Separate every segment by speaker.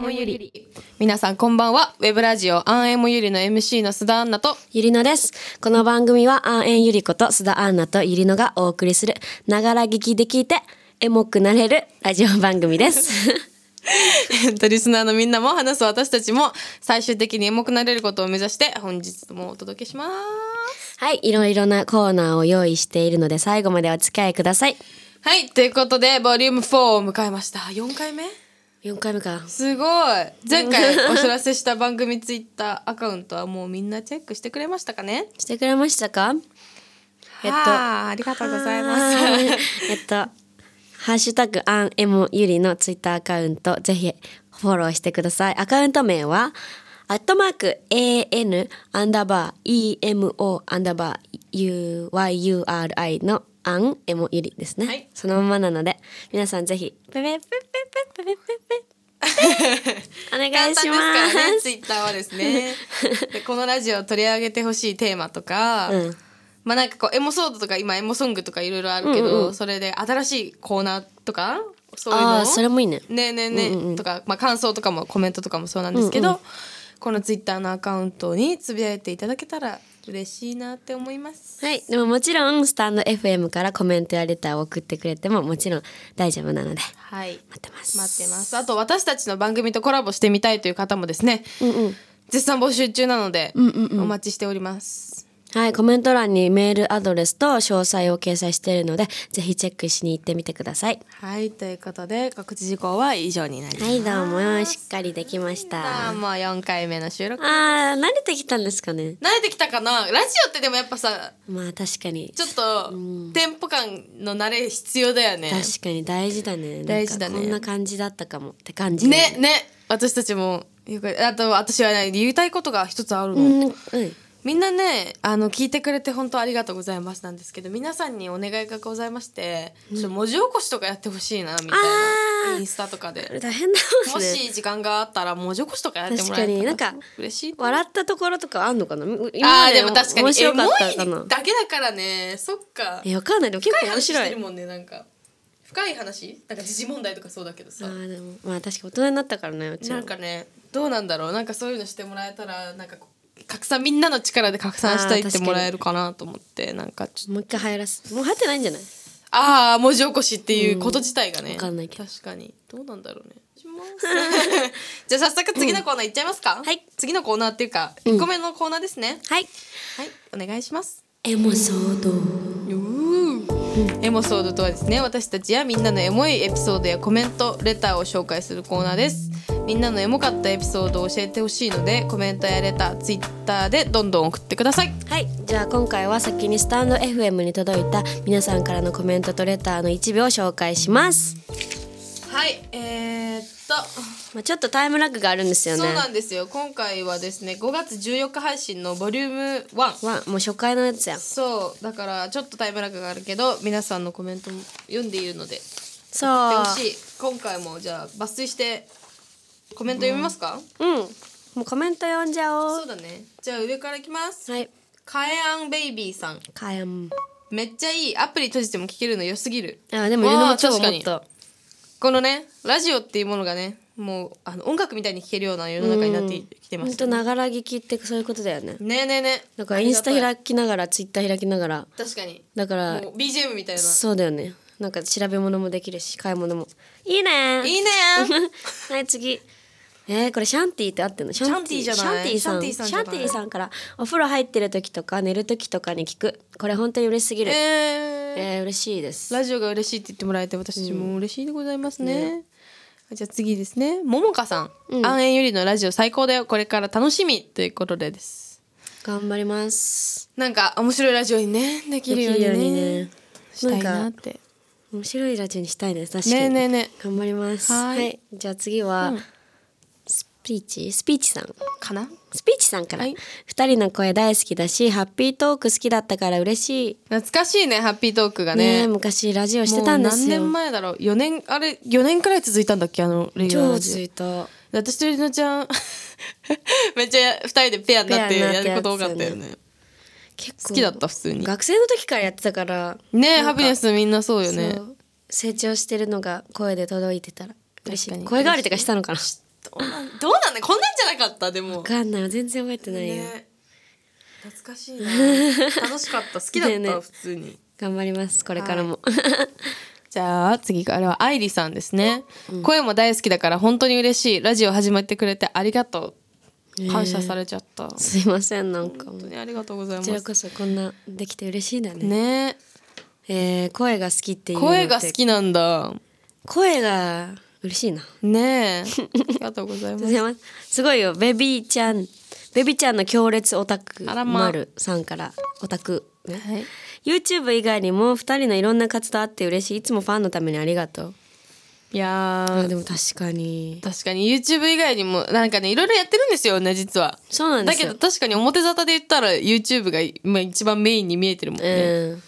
Speaker 1: もゆり皆さんこんばんはウェブラジオアンエムゆりの MC の須田アンナと
Speaker 2: ゆりのです。この番組は、あんえんゆりこと須田アンナとゆりのがお送りする、ながら聞きで聞いて、エモくなれるラジオ番組です。
Speaker 1: えっとリスナーのみんなも話す私たちも最終的にエモくなれることを目指して本日もお届けします
Speaker 2: はい、いろいろなコーナーを用意しているので、最後までお付き合いください。
Speaker 1: はいということでボリューム4を迎えました4回目
Speaker 2: 4回目か。
Speaker 1: すごい前回お知らせした番組ツイッターアカウントはもうみんなチェックしてくれましたか ね
Speaker 2: してくれましたかえっと
Speaker 1: はあありがとうございま
Speaker 2: は
Speaker 1: す
Speaker 2: ーいえっと、ハッシュタグ、アンエモゆりのツイッターアカウント、ぜひフォローしてください。アカウント名は、アットマーク、AN、アンダーバー、EMO、アンダーバー、UYURI のアンエモゆりですね。
Speaker 1: はい
Speaker 2: そのままなので、皆さんぜひ、ペペペペペペペ ペペお願
Speaker 1: 簡単
Speaker 2: い
Speaker 1: で
Speaker 2: し
Speaker 1: すか
Speaker 2: ま
Speaker 1: らね
Speaker 2: す。
Speaker 1: ツイッターはですねでこのラジオ取り上げてほしいテーマとか、
Speaker 2: うん
Speaker 1: まあなんかこうエモソードとか今エモソングとかいろいろあるけど、
Speaker 2: うんうん
Speaker 1: それで新しいコーナーとかそういう
Speaker 2: あ
Speaker 1: の
Speaker 2: あ、それもいいね。
Speaker 1: ねえねえねえ、
Speaker 2: うんうんうん
Speaker 1: とか、まあ、感想とかもコメントとかもそうなんですけど、
Speaker 2: うんう
Speaker 1: このツイッターのアカウントにつぶやいていただけたら嬉しいなって思います。
Speaker 2: はい、でももちろんスタンド FM からコメントやレターを送ってくれてももちろん大丈夫なので
Speaker 1: はい
Speaker 2: 待ってます。
Speaker 1: 待ってますあと私たちの番組とコラボしてみたいという方もですね
Speaker 2: うんうん。
Speaker 1: 絶賛募集中なので、
Speaker 2: うんうんうん
Speaker 1: お待ちしております
Speaker 2: はい、コメント欄にメールアドレスと詳細を掲載しているのでぜひチェックしに行ってみてください。
Speaker 1: はいということで告知事項は以上になります、
Speaker 2: はい、どうもしっかりできまし
Speaker 1: さ
Speaker 2: た。
Speaker 1: あ
Speaker 2: あ
Speaker 1: もう4回目の収録慣
Speaker 2: あー、慣れてきたんですかね。
Speaker 1: れてきたかなラジオってでもやっぱさ
Speaker 2: まあ確かに
Speaker 1: ちょっとテンポ感の慣れ必要だよね
Speaker 2: 確かに大事だね。
Speaker 1: 大事だね
Speaker 2: なんかこんな感じだったかもって感じだ
Speaker 1: ね。ね私たちもよくあと私はね言いたいことが一つあるの、
Speaker 2: うん、うん、
Speaker 1: みんなねあの聞いてくれて本当ありがとうございますなんですけど皆さんにお願いがございまして、ちょっと文字起こしとかやってほしいなみたい
Speaker 2: あ
Speaker 1: な
Speaker 2: ー
Speaker 1: インスタとかで
Speaker 2: これ大変だも
Speaker 1: も
Speaker 2: んね。
Speaker 1: し時間があったら文字起こしとかやってもらえた
Speaker 2: 確
Speaker 1: ら
Speaker 2: かになんか
Speaker 1: 嬉しいな
Speaker 2: 笑ったところとかあんのかな。
Speaker 1: あ
Speaker 2: 今
Speaker 1: あーでも確かに
Speaker 2: 面白かった
Speaker 1: エ
Speaker 2: か
Speaker 1: モ。
Speaker 2: ない
Speaker 1: だけだからねそっか
Speaker 2: え、わかんない。でも結構
Speaker 1: 深い
Speaker 2: 面
Speaker 1: 話し
Speaker 2: 白
Speaker 1: て
Speaker 2: い
Speaker 1: る。もんねなんか深い話なんか時事問題とかそうだけど
Speaker 2: あ
Speaker 1: さ、
Speaker 2: ーでもまあ確か大人になったからねうち
Speaker 1: な
Speaker 2: は
Speaker 1: んかねどうなんだろうなんかそういうのしてもらえたらなんかこう拡散みんなの力で拡散していってもらえるかなと思ってなんかちょっと
Speaker 2: もう一回入らすもう入ってないんじゃない
Speaker 1: ああ文字起こしっていうこと自体がね、
Speaker 2: わかんないけど
Speaker 1: 確かにどうなんだろうねします じゃあ早速次のコーナーいっちゃいますか、
Speaker 2: はい
Speaker 1: 次のコーナーっていうか1個目のコーナーですね、
Speaker 2: はい
Speaker 1: はいお願いします
Speaker 2: エモソード
Speaker 1: エモソードとはですね私たちやみんなのエモいエピソードやコメントレターを紹介するコーナーですみんなのエモかったエピソードを教えてほしいのでコメントやレターツイッターでどんどん送ってください
Speaker 2: はいじゃあ今回は先にスタンド FM に届いた皆さんからのコメントとレターの一部を紹介します、
Speaker 1: はいえー、っと、
Speaker 2: まあ、ちょっとタイムラグがあるんですよね
Speaker 1: そうなんですよ今回はですね5月14日配信のボリューム1
Speaker 2: わもう初回のやつや
Speaker 1: そうだからちょっとタイムラグがあるけど皆さんのコメントも読んでいるので
Speaker 2: そう
Speaker 1: やってほしい今回もじゃあ抜粋してコメント読みますか、
Speaker 2: うんもうコメント読んじゃお
Speaker 1: そう
Speaker 2: う
Speaker 1: だねじゃあ上からいきます
Speaker 2: はい
Speaker 1: カエアンベイビーさん
Speaker 2: かやん
Speaker 1: めっちゃいいアプリ閉じても聞けるの良すぎる
Speaker 2: あでもゆる
Speaker 1: わ
Speaker 2: も
Speaker 1: あ
Speaker 2: 超
Speaker 1: 確
Speaker 2: も
Speaker 1: か
Speaker 2: っ
Speaker 1: に
Speaker 2: と
Speaker 1: このねラジオっていうものがねもうあの音楽みたいに聞けるような世の中になってきてま
Speaker 2: ほん
Speaker 1: す
Speaker 2: とながら聞きってそういうことだよね
Speaker 1: ねえねえね
Speaker 2: だからインスタ
Speaker 1: ありが
Speaker 2: 開きながらツイッター開きながら
Speaker 1: たい確かに
Speaker 2: だから
Speaker 1: もう BGM みたいな
Speaker 2: そうだよねなんか調べ物もできるし買い物もいいね
Speaker 1: いいね
Speaker 2: はい次えー、これシャンティーって合ってんのシ
Speaker 1: シャンティーじゃない
Speaker 2: シャンティーさん
Speaker 1: シ
Speaker 2: シャ
Speaker 1: ャン
Speaker 2: ン
Speaker 1: テ
Speaker 2: テ
Speaker 1: ィーさんじゃない
Speaker 2: ィーさんからお風呂入ってる時とか寝る時とかに聞くこれ本当に嬉し すぎるえ
Speaker 1: えー、
Speaker 2: ー、嬉しいです
Speaker 1: ラジオが嬉しいって言ってもらえて私も嬉しいでございますね、じゃあ次ですねももかさん、
Speaker 2: うん
Speaker 1: あんえんゆりのラジオ最高だよこれから楽しみということでです
Speaker 2: 頑張ります
Speaker 1: なんか面白いラジオにねできるようにね
Speaker 2: できるようにね
Speaker 1: したいなって
Speaker 2: 面白いラジオにしたいです確かに
Speaker 1: ねえねえねえ
Speaker 2: 頑張ります
Speaker 1: はーい
Speaker 2: じゃあ次は、
Speaker 1: うん
Speaker 2: スピーチスピーチさん
Speaker 1: かな
Speaker 2: スピーチさんから、
Speaker 1: はい
Speaker 2: 二人の声大好きだしハッピートーク好きだったから嬉しい
Speaker 1: 懐かしいねハッピートークが
Speaker 2: ね
Speaker 1: ね
Speaker 2: 昔ラジオしてたんですよ
Speaker 1: もう何年前だろう4年あれ4年くらい続いたんだっけあのレギュラー
Speaker 2: 超
Speaker 1: ラジオ
Speaker 2: ずいた
Speaker 1: 私とりのちゃん めっちゃ2人でペアになって
Speaker 2: ペアにな
Speaker 1: や
Speaker 2: って
Speaker 1: る
Speaker 2: や
Speaker 1: こ
Speaker 2: つ
Speaker 1: と多かったよね
Speaker 2: 結
Speaker 1: 好きだった普通に
Speaker 2: 学生の時からやってたから
Speaker 1: ねえ
Speaker 2: な
Speaker 1: ハ
Speaker 2: んか
Speaker 1: ピネスみんなそうよね
Speaker 2: そう成長してるのが声で届いてたら嬉し
Speaker 1: 確か
Speaker 2: い
Speaker 1: に
Speaker 2: 声変わりとかしたのかな
Speaker 1: どうなんどうなんだこんなんじゃなかったでも
Speaker 2: わかんない全然覚えてないよ、
Speaker 1: ね懐かしいな楽しかった好きだった、
Speaker 2: だよね
Speaker 1: 普通に
Speaker 2: 頑張りますこれからも、
Speaker 1: じゃあ次からは愛梨さんですね、声も大好きだから本当に嬉しいラジオ始まってくれてありがとう感謝されちゃった、
Speaker 2: すいませんなんかも
Speaker 1: 本当
Speaker 2: う
Speaker 1: にありがとうございま
Speaker 2: こ
Speaker 1: す
Speaker 2: ちらこそこんなできて嬉しいだね
Speaker 1: ね
Speaker 2: えー声が好きっていうのって
Speaker 1: 声が好きなんだ
Speaker 2: 声が嬉しいな
Speaker 1: ねえありがとうござい ます
Speaker 2: すいませんすごいよベビーちゃんベビーちゃんの強烈オタク
Speaker 1: あらま
Speaker 2: まるさんからオタク、ね
Speaker 1: はい
Speaker 2: YouTube 以外にも2人のいろんな活動あって嬉しいいつもファンのためにありがとう
Speaker 1: いや
Speaker 2: あ
Speaker 1: ー
Speaker 2: でも確かに
Speaker 1: 確かに YouTube 以外にもなんかねいろいろやってるんですよね実は
Speaker 2: そうなんで
Speaker 1: だ
Speaker 2: す
Speaker 1: け
Speaker 2: よ
Speaker 1: ど確かに表沙汰で言ったら YouTube が今一番メインに見えてるもんね、
Speaker 2: うん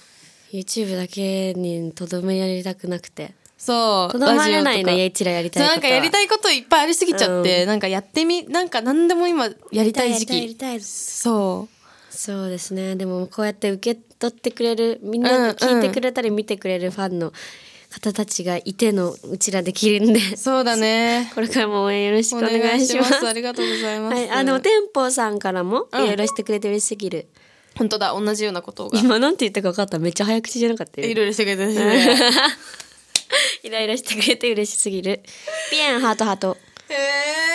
Speaker 2: YouTube だけにとどめやりたくなくて
Speaker 1: そう
Speaker 2: とどまらないの
Speaker 1: ラジオとか
Speaker 2: やいちらやりたい
Speaker 1: そう
Speaker 2: こと
Speaker 1: な
Speaker 2: は
Speaker 1: んかやりたいこといっぱいありすぎちゃって、なんかやってみなんか何でも今やりたい
Speaker 2: やり
Speaker 1: 時期
Speaker 2: たいやりたい
Speaker 1: そう
Speaker 2: そうですねでもこうやって受け取ってくれるみんなが聞いてくれたり見てくれるファンの方たちがいてのうちらできるんで
Speaker 1: そうだね
Speaker 2: これからも応援よろしくお願いします。
Speaker 1: ありがとうございます、
Speaker 2: はい、あの店舗さんからもいろいろしてくれて嬉しすぎる。
Speaker 1: 本当だ同じようなこ とが
Speaker 2: 今なんて言ったか分かった。めっちゃ早口じゃなかったよ。
Speaker 1: いろいろしてくれてる しね
Speaker 2: いろいろしてくれて嬉しすぎる。ピエンハートハート。
Speaker 1: へ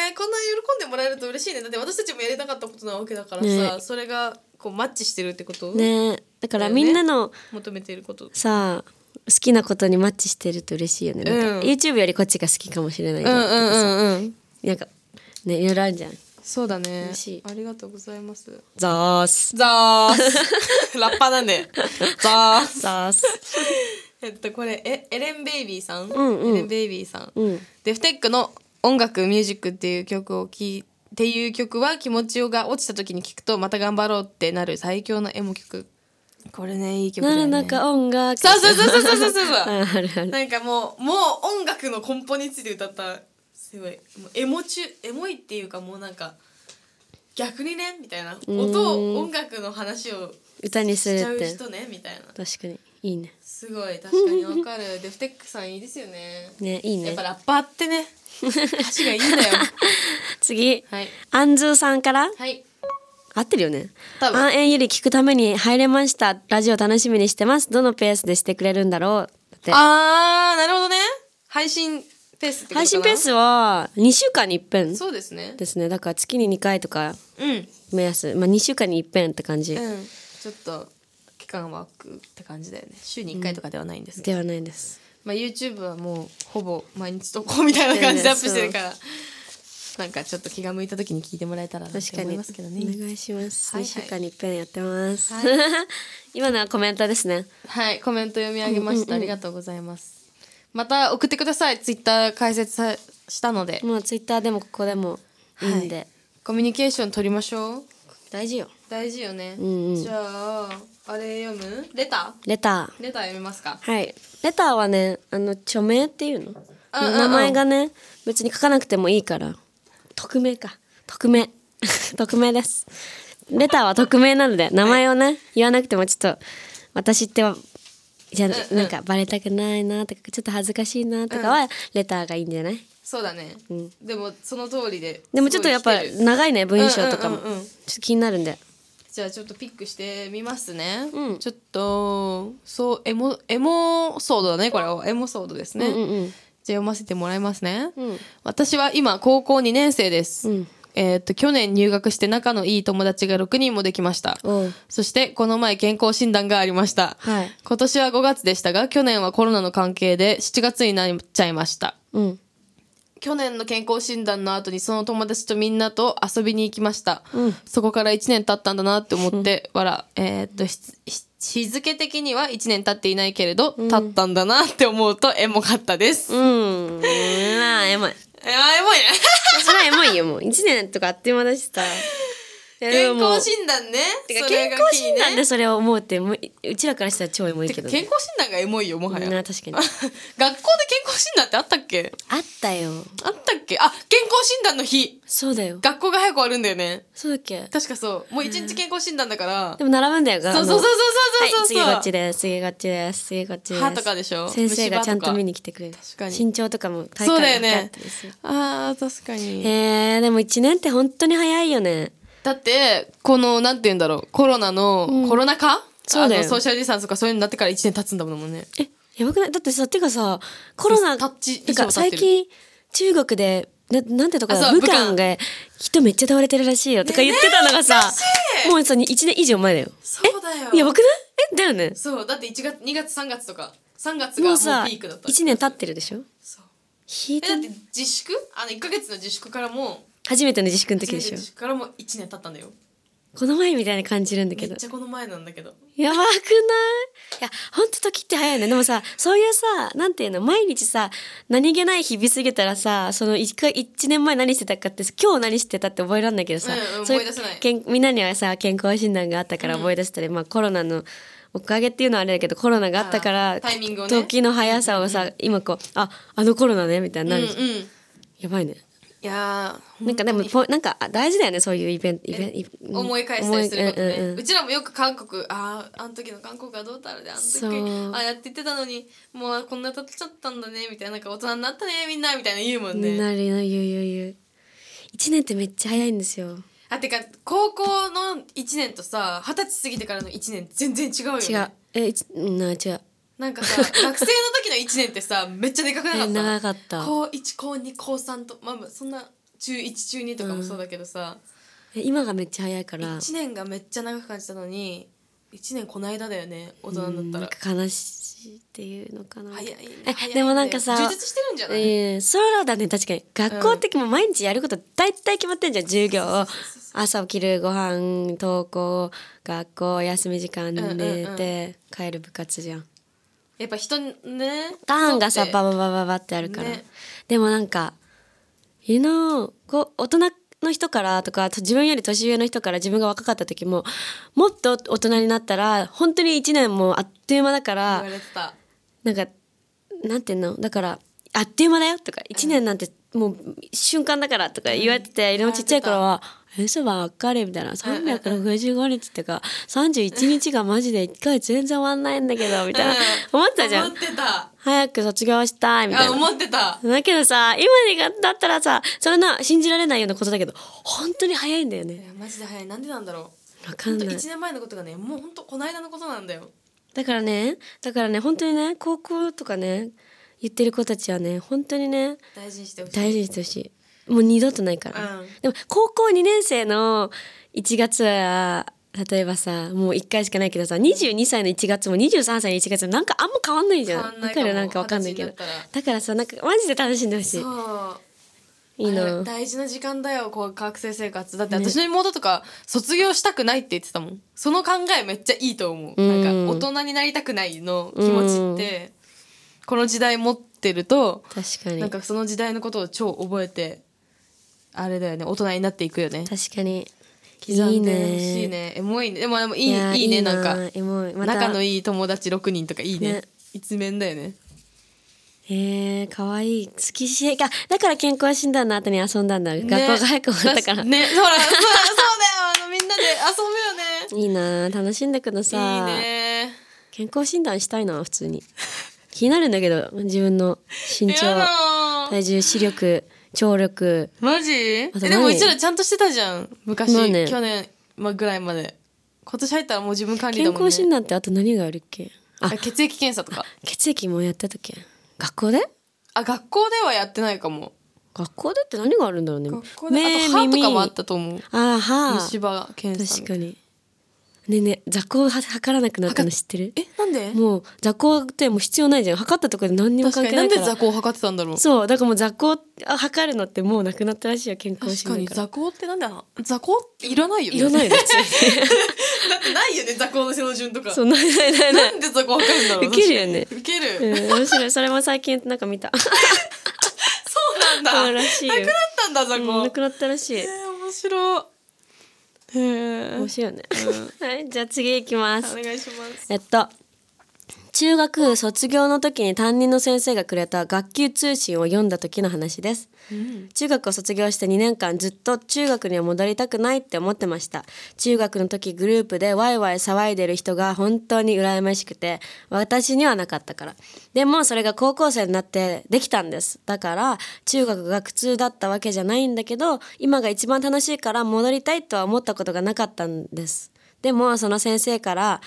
Speaker 1: えこんな喜んでもらえると嬉しいねだって私たちもやりたかったことなわけだからさ、
Speaker 2: ね
Speaker 1: それがこうマッチしてるってこと、
Speaker 2: ねえ、だから
Speaker 1: だよね
Speaker 2: みんなの
Speaker 1: 求めていること
Speaker 2: さ好きなことにマッチしてると嬉しいよね。なんか
Speaker 1: うん
Speaker 2: YouTube よりこっちが好きかもしれないけど
Speaker 1: んうん
Speaker 2: なんかねいろいろあるじゃん。
Speaker 1: そうだね
Speaker 2: 嬉しい
Speaker 1: ありがとうございます
Speaker 2: ザース。
Speaker 1: ザース ラッパーなんでザース
Speaker 2: ザース。
Speaker 1: えっとこれえエレン・ベイビーさん、
Speaker 2: んうん
Speaker 1: エレン・ベイビーさん、
Speaker 2: うん
Speaker 1: デフテックの「音楽ミュージック」っていう曲を聴いっていう曲は気持ちよが落ちた時に聴くとまた頑張ろうってなる最強のエモ曲これねいい曲だ
Speaker 2: な
Speaker 1: よ
Speaker 2: る
Speaker 1: ね
Speaker 2: なんか音楽。
Speaker 1: そうそうそうそうそうそうそう
Speaker 2: あるある。
Speaker 1: なんかもうもう音楽の根本について歌ったすごいもうエモ中エモいっていうかもうなんか逆にねみたいな音を音楽の話を
Speaker 2: 歌に
Speaker 1: し
Speaker 2: す
Speaker 1: ちゃ
Speaker 2: るっ
Speaker 1: う
Speaker 2: て。
Speaker 1: 人ねみたいな
Speaker 2: 確かにいいね。
Speaker 1: すごい確かにわかるデフテックさんいいですよね
Speaker 2: ねいい
Speaker 1: やっ
Speaker 2: ね
Speaker 1: ぱ。ラッパーってね歌がいいんだよ
Speaker 2: 次。
Speaker 1: はい
Speaker 2: アンズーさんから
Speaker 1: はい
Speaker 2: 合ってるよね
Speaker 1: 多分
Speaker 2: アンエンゆり聞くために入れましたラジオ楽しみにしてますどのペースでしてくれるんだろうだって
Speaker 1: あーなるほどね配信ペースってことかな
Speaker 2: 配信ペースは2週間に1遍
Speaker 1: そうですね
Speaker 2: ですねだから月に2回とか
Speaker 1: うん
Speaker 2: 目安まあ2週間に1遍って感じ、
Speaker 1: うんちょっと期間は空くって感じだよね週に1回とかではないんですけど
Speaker 2: ではないです
Speaker 1: まあ、YouTube はもうほぼ毎日投稿みたいな感じでアップしてるから、なんかちょっと気が向いた時に聞いてもらえたらなっ
Speaker 2: 確
Speaker 1: て
Speaker 2: か
Speaker 1: 思
Speaker 2: に
Speaker 1: いますけどね。
Speaker 2: お願いします、
Speaker 1: はいはい
Speaker 2: 2週間に1遍やってます、 今のはコメントですね
Speaker 1: はい、コメント読み上げました。ありがとうございます。また送ってください。Twitter 解説さしたので、
Speaker 2: もうツイッターでもここでもいいんで、
Speaker 1: コミュニケーション取りましょう。
Speaker 2: 大事よ
Speaker 1: 大事よね。
Speaker 2: んうん
Speaker 1: じゃあ、あれ読むレタ
Speaker 2: レター
Speaker 1: ーレター読みますか。
Speaker 2: はい。レターはね、あの著名っていうの、
Speaker 1: うんうんうん
Speaker 2: 名前がね、別に書かなくてもいいから。匿名か。匿名。 匿名です。レターは匿名なので、名前をね、言わなくてもちょっと、私っては、じゃあ、なんかバレたくないなとか、ちょっと恥ずかしいなとかは、レターがいいんじゃない
Speaker 1: そうだね。でも、その通りで。
Speaker 2: でもちょっとやっぱ
Speaker 1: すごい来てる
Speaker 2: 長いね、文章とかも。
Speaker 1: う
Speaker 2: ち
Speaker 1: んうんうん
Speaker 2: ょ
Speaker 1: うん
Speaker 2: っと気になるんで。
Speaker 1: じゃあちょっとピックしてみますね。
Speaker 2: うん
Speaker 1: ちょっとそうエモエモソードだねこれをエモソードですね。
Speaker 2: うんうん
Speaker 1: じゃあ読ませてもらいますね。
Speaker 2: うん
Speaker 1: 私は今高校2年生です。
Speaker 2: うん
Speaker 1: えーっと去年入学して仲のいい友達が6人もできました。
Speaker 2: おう
Speaker 1: そしてこの前健康診断がありました。
Speaker 2: はい
Speaker 1: 今年は5月でしたが去年はコロナの関係で7月になっちゃいました。
Speaker 2: うん。
Speaker 1: 去年の健康診断の後にその友達とみんなと遊びに行きました、そこから1年経ったんだなって思って笑えーっとしし日付的には1年経っていないけれど、経ったんだなって思うとエモかったです、
Speaker 2: うん。まあ、エモい。
Speaker 1: えーエモいね
Speaker 2: それはエモいよ、もう。1年とかあっという間だしさ。 で
Speaker 1: 健
Speaker 2: も
Speaker 1: 康診断ね
Speaker 2: てか
Speaker 1: それ
Speaker 2: 健
Speaker 1: が
Speaker 2: 康
Speaker 1: キー
Speaker 2: 診断でそれを思うってもううちらからしたら超エモい
Speaker 1: て
Speaker 2: け
Speaker 1: か
Speaker 2: ど
Speaker 1: 健
Speaker 2: ね
Speaker 1: 康診断がエモいよもはや
Speaker 2: な
Speaker 1: 学
Speaker 2: 確かに
Speaker 1: 校で健康診断ってあったっけ
Speaker 2: あったよ
Speaker 1: あったっけあ健康診断の日
Speaker 2: そうだよ
Speaker 1: 学校が早く終わるんだよね
Speaker 2: そうだっけ
Speaker 1: 確かそうもう一日健康診断だから
Speaker 2: でも並ぶんだよが
Speaker 1: そうそうそうそう
Speaker 2: はい
Speaker 1: そうそう
Speaker 2: 次
Speaker 1: そう
Speaker 2: こっちです次こっちです次こっちです
Speaker 1: 歯とかでしょ
Speaker 2: 先生がちゃんと見
Speaker 1: に
Speaker 2: に来てくれる
Speaker 1: 確かに
Speaker 2: 身長とかも体
Speaker 1: そうだよ
Speaker 2: に
Speaker 1: ね
Speaker 2: ったりする
Speaker 1: あー確かに
Speaker 2: へえでも1年って本当に早いよね
Speaker 1: だってこのなんて言うんだろうコロナの、コロナ禍
Speaker 2: そうだよ
Speaker 1: あのソーシャルディスタンスとかそういうのになってから1年経つんだもんね
Speaker 2: えやばくないだってさてかさコロナ
Speaker 1: タッチ
Speaker 2: てか
Speaker 1: 以上経っ
Speaker 2: 最
Speaker 1: てる
Speaker 2: 近中国でななんてとこ
Speaker 1: あ
Speaker 2: だ
Speaker 1: そう
Speaker 2: 武
Speaker 1: 武漢
Speaker 2: 漢が人めっちゃ倒れてるらしいよとか言ってたのがさ、もうさ1年以上前だよ
Speaker 1: そうだよ
Speaker 2: やばくないえだよね
Speaker 1: そうだって1月2月3月とか3月が
Speaker 2: も
Speaker 1: も
Speaker 2: う
Speaker 1: う
Speaker 2: さ
Speaker 1: ピークだった
Speaker 2: 1年経ってるでしょ
Speaker 1: そう
Speaker 2: 引い
Speaker 1: え
Speaker 2: て
Speaker 1: だって自粛あの1か月の自粛からも
Speaker 2: 初めての自粛の
Speaker 1: 初
Speaker 2: 時
Speaker 1: め
Speaker 2: で
Speaker 1: て
Speaker 2: しょ
Speaker 1: 自粛からも1年経ったんだよ
Speaker 2: この前みたいに感じるんだ
Speaker 1: め
Speaker 2: けど
Speaker 1: っちゃこの前なんだけど
Speaker 2: やばくないいやほんと時って早いよねでもさそういうさなんていうの毎日さ何気ない日々過ぎたらさその 1, か一年前何してたかって今日何してたって覚えらんないけどさ、
Speaker 1: うんうん
Speaker 2: そう
Speaker 1: 思い出せない
Speaker 2: けんみんなにはさ健康診断があったから思い出したり、まあ、コロナのおかげっていうのはあれだけどコロナがあったから、
Speaker 1: あータイミングをね
Speaker 2: 時の速さをさ、今こうああのコロナねみたいに
Speaker 1: う
Speaker 2: なん
Speaker 1: う
Speaker 2: る
Speaker 1: ん
Speaker 2: じゃん、
Speaker 1: い
Speaker 2: やばいね
Speaker 1: やー
Speaker 2: なんかでもポイなんかあ大事だよねそういうイベントイベント
Speaker 1: 思い返したりすることね、
Speaker 2: 思いうんうんうん
Speaker 1: うちらもよく韓国あああの時の韓国はどうたらであの時
Speaker 2: そう
Speaker 1: ああやって言ってたのにもうこんな経っちゃったんだねみたいななんか大人になったねみんなみたいな言うもんね
Speaker 2: なるよゆうゆうゆう1年ってめっちゃ早いんですよ
Speaker 1: あてか高校の1年とさ二十歳過ぎてからの1年全然違うよね
Speaker 2: 違うえいちな違う
Speaker 1: なん かさ学生の時の1年ってさめっちゃでかくなかっ
Speaker 2: え
Speaker 1: た
Speaker 2: 長かった
Speaker 1: 高1高2高3とまあまあそんな中1中2とかもそうだけどさ、
Speaker 2: え今がめっちゃ早いから
Speaker 1: 1年がめっちゃ長く感じたのに1年この間だよね大人
Speaker 2: うん
Speaker 1: にな
Speaker 2: な
Speaker 1: っ
Speaker 2: ん
Speaker 1: たら
Speaker 2: か悲しいっていうのかな
Speaker 1: 早いね
Speaker 2: え
Speaker 1: 早いね
Speaker 2: でもなんかさ
Speaker 1: 充実してるんじゃない、
Speaker 2: えー、そうだね確かに学校ってもう毎日やること大体決まってんじゃん授業朝起きるご飯登校学校休み時間
Speaker 1: んうん
Speaker 2: 寝て帰る部活じゃん
Speaker 1: やっぱ人ね
Speaker 2: ターンがさ
Speaker 1: 人
Speaker 2: バ
Speaker 1: って
Speaker 2: ババババってあるから、
Speaker 1: ね
Speaker 2: でもなんか you know こう大人の人からとか自分より年上の人から自分が若かった時ももっと大人になったら本当に1年もあっという間だか
Speaker 1: 言わ
Speaker 2: ら
Speaker 1: れてた
Speaker 2: なんかなんていうのだからあっという間だよとか1年なんてもう瞬間だからとか言われてて、
Speaker 1: うん
Speaker 2: でもちっちゃい頃は「えそばかる」みたいな365日ってか31日がマジで1回全然終わんないんだけどみたいな、思ってたじゃん
Speaker 1: 思。ってた
Speaker 2: 早く卒業したいみたい
Speaker 1: あ
Speaker 2: な。
Speaker 1: 思ってた
Speaker 2: だけどさ今にがだったらさそれな信じられないようなことだけど本当に早いんだよ
Speaker 1: い
Speaker 2: ね
Speaker 1: やマジで早いなんでなんだろ
Speaker 2: わ
Speaker 1: う
Speaker 2: か
Speaker 1: ほん
Speaker 2: ん
Speaker 1: と
Speaker 2: ない
Speaker 1: 1年前のことがねもうほんとこの間のことなんだよ
Speaker 2: だからねだからね本当にね高校とかね言ってる子たちはね本当にね
Speaker 1: 大事にしてほしい
Speaker 2: 大事にしてほしいもう二度とないから、
Speaker 1: うん
Speaker 2: でも高校2年生の1月は例えばさもう1回しかないけどさ22歳の1月も23歳の1月もなんかあんま変わんないじ
Speaker 1: 変
Speaker 2: ゃん
Speaker 1: わんな
Speaker 2: だ
Speaker 1: いか
Speaker 2: か
Speaker 1: も
Speaker 2: らなんかわかんないけど
Speaker 1: 二十歳になった
Speaker 2: だからさなんかマジで楽しんでほしい
Speaker 1: そう
Speaker 2: いい
Speaker 1: あれ
Speaker 2: の
Speaker 1: 大事な時間だよこう学生生活だって
Speaker 2: ね
Speaker 1: 私の妹とか卒業したくないって言ってたもんその考えめっちゃいいと思う、
Speaker 2: うん
Speaker 1: なんか大人になりたくないの気持ちって、この時代持ってると
Speaker 2: 確かに
Speaker 1: なんかその時代のことを超覚えてあれだよね大人になっていくよね
Speaker 2: 確かに
Speaker 1: 刻んでほ
Speaker 2: い
Speaker 1: し
Speaker 2: いね
Speaker 1: いねエモいねでもでもいい
Speaker 2: いや
Speaker 1: いいねなんか
Speaker 2: エモいまた
Speaker 1: 仲のいい友達6人とかいいね
Speaker 2: ね
Speaker 1: 一面だよね
Speaker 2: へえ可愛い好きしあだから健康診断の後に遊んだんだ、学校が早く終わったから、
Speaker 1: ねねほらそうそうだよあのみんなで遊ぶ
Speaker 2: い
Speaker 1: よね
Speaker 2: いな楽しんでください
Speaker 1: いいね
Speaker 2: 健康診断したいな普通に気になるんだけど自分の身
Speaker 1: やだ
Speaker 2: 長体重視力聴力
Speaker 1: マジえ
Speaker 2: と何
Speaker 1: でもうちらちゃんとしてたじゃん昔、
Speaker 2: まあね
Speaker 1: 去年、まあ、ぐらいまで今年入ったらもう自分管理だ
Speaker 2: 健
Speaker 1: もんね
Speaker 2: 康診断ってあと何があるっけあ
Speaker 1: あ血液検査とか
Speaker 2: 血液もやってたっけ学校で
Speaker 1: あ学校ではやってないかも
Speaker 2: 学校でって何があるんだろうね
Speaker 1: 学校であと歯とかもあったと思う
Speaker 2: あー歯
Speaker 1: 虫歯検査
Speaker 2: 確かにねえねえ座高は測らなくなったの知ってる
Speaker 1: えなんで
Speaker 2: もう座高ってもう必要ないじゃん測ったところで何にも
Speaker 1: 確か
Speaker 2: 関係なん
Speaker 1: にな
Speaker 2: いか
Speaker 1: で
Speaker 2: ら
Speaker 1: 座高を測ってたんだろう
Speaker 2: そうだからもう座高あ測るのってもうなくなったらしいよ健康
Speaker 1: 確
Speaker 2: 診
Speaker 1: か
Speaker 2: 断
Speaker 1: に
Speaker 2: から
Speaker 1: 座高ってなんであ座高っていらないよね
Speaker 2: いらないよ 別に
Speaker 1: だってないよね座高の標準とか
Speaker 2: そうないないないない
Speaker 1: なんで座高測るんだろう
Speaker 2: ウケるよね
Speaker 1: ウケる、
Speaker 2: うん面白いそれも最近なんか見た
Speaker 1: そうなんだ
Speaker 2: そうらしいよ
Speaker 1: なくなったんだ座
Speaker 2: うん
Speaker 1: 高、
Speaker 2: なくなったらしい
Speaker 1: えー面白いへえ
Speaker 2: 面白いよね、はいじゃあ次行きます
Speaker 1: お願いします
Speaker 2: えっと中学卒業の時に担任の先生がくれた学級通信を読んだ時の話です、中学を卒業して2年間ずっと中学には戻りたくないって思ってました中学の時グループでワイワイ騒いでる人が本当に羨ましくて私にはなかったからでもそれが高校生になってできたんですだから中学が苦痛だったわけじゃないんだけど今が一番楽しいから戻りたいとは思ったことがなかったんですでもその先生から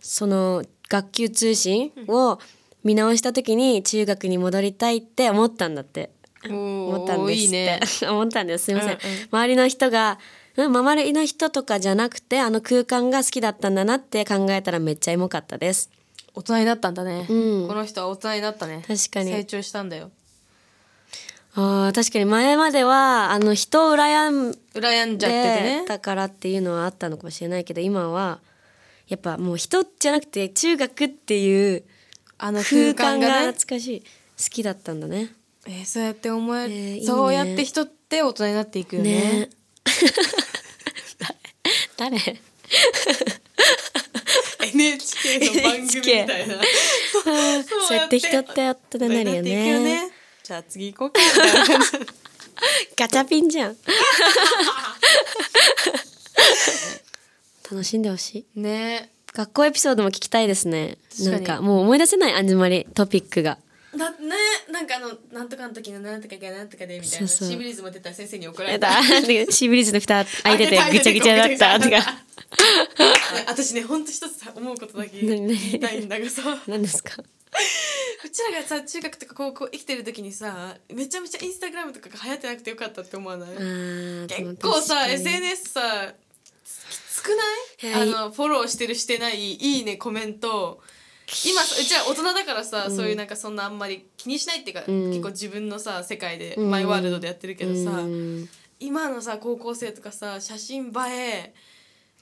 Speaker 2: その学級通信を見直した時に中学に戻りたいって思ったんだって思
Speaker 1: 思
Speaker 2: ったんですって
Speaker 1: いいね
Speaker 2: 思ったんですすいません、
Speaker 1: うんうん
Speaker 2: 周りの人がうん周りの人とかじゃなくてあの空間が好きだったんだなって考えたらめっちゃエモかったです
Speaker 1: 大人になったんだね、
Speaker 2: うん
Speaker 1: この人は大人になったね
Speaker 2: 確かに
Speaker 1: 成長したんだよ
Speaker 2: あー確かに前まではあの人を羨んで
Speaker 1: 羨んじゃっててね
Speaker 2: たからっていうのはあったのかもしれないけど今はやっぱもう人じゃなくて中学っていう
Speaker 1: あの
Speaker 2: 空
Speaker 1: 空
Speaker 2: 間
Speaker 1: 間
Speaker 2: が
Speaker 1: がね
Speaker 2: 懐かしい好きだったんだね
Speaker 1: えーそうやって思え、
Speaker 2: えーいいね
Speaker 1: そうやって人って大人になっていくよね
Speaker 2: ね誰
Speaker 1: NHK の番組みたいな
Speaker 2: そうやって人って夫になるよ
Speaker 1: 大人になっていく
Speaker 2: ね
Speaker 1: じゃあ次行こう かみたいな感じ
Speaker 2: ガチャピンじゃん楽しんでほしい
Speaker 1: ね
Speaker 2: 学校エピソードも聞きたいですね
Speaker 1: 確か
Speaker 2: な
Speaker 1: に
Speaker 2: んかもう思い出せないあんじまりトピックが
Speaker 1: だねなんかあのなんとかの時のなんとかがなんとかでみたい
Speaker 2: そう
Speaker 1: な
Speaker 2: そう
Speaker 1: シビリズム出たら先生に怒ら
Speaker 2: や
Speaker 1: れ
Speaker 2: だ
Speaker 1: た
Speaker 2: シビリズの蓋開いて てぐちゃぐちゃだったとか
Speaker 1: ね私ねほんと一つさ思うことだけ言いたいんだがさ
Speaker 2: 何ですか
Speaker 1: うちらがさ中学とか高校生きてる時にさめちゃめちゃインスタグラムとかが流行ってなくてよかったって思わない
Speaker 2: あーでも
Speaker 1: 結構
Speaker 2: 確
Speaker 1: さ
Speaker 2: かに
Speaker 1: SNS さつきつくない、
Speaker 2: はい
Speaker 1: あのフォローしてるしてないいいねコメント今さうちは大人だからさ、そういうなんかそんなあんまり気にしないっていうか、
Speaker 2: ん
Speaker 1: 結構自分のさ世界で、
Speaker 2: ん
Speaker 1: マイワールドでやってるけどさ、
Speaker 2: うん
Speaker 1: 今のさ高校生とかさ写真映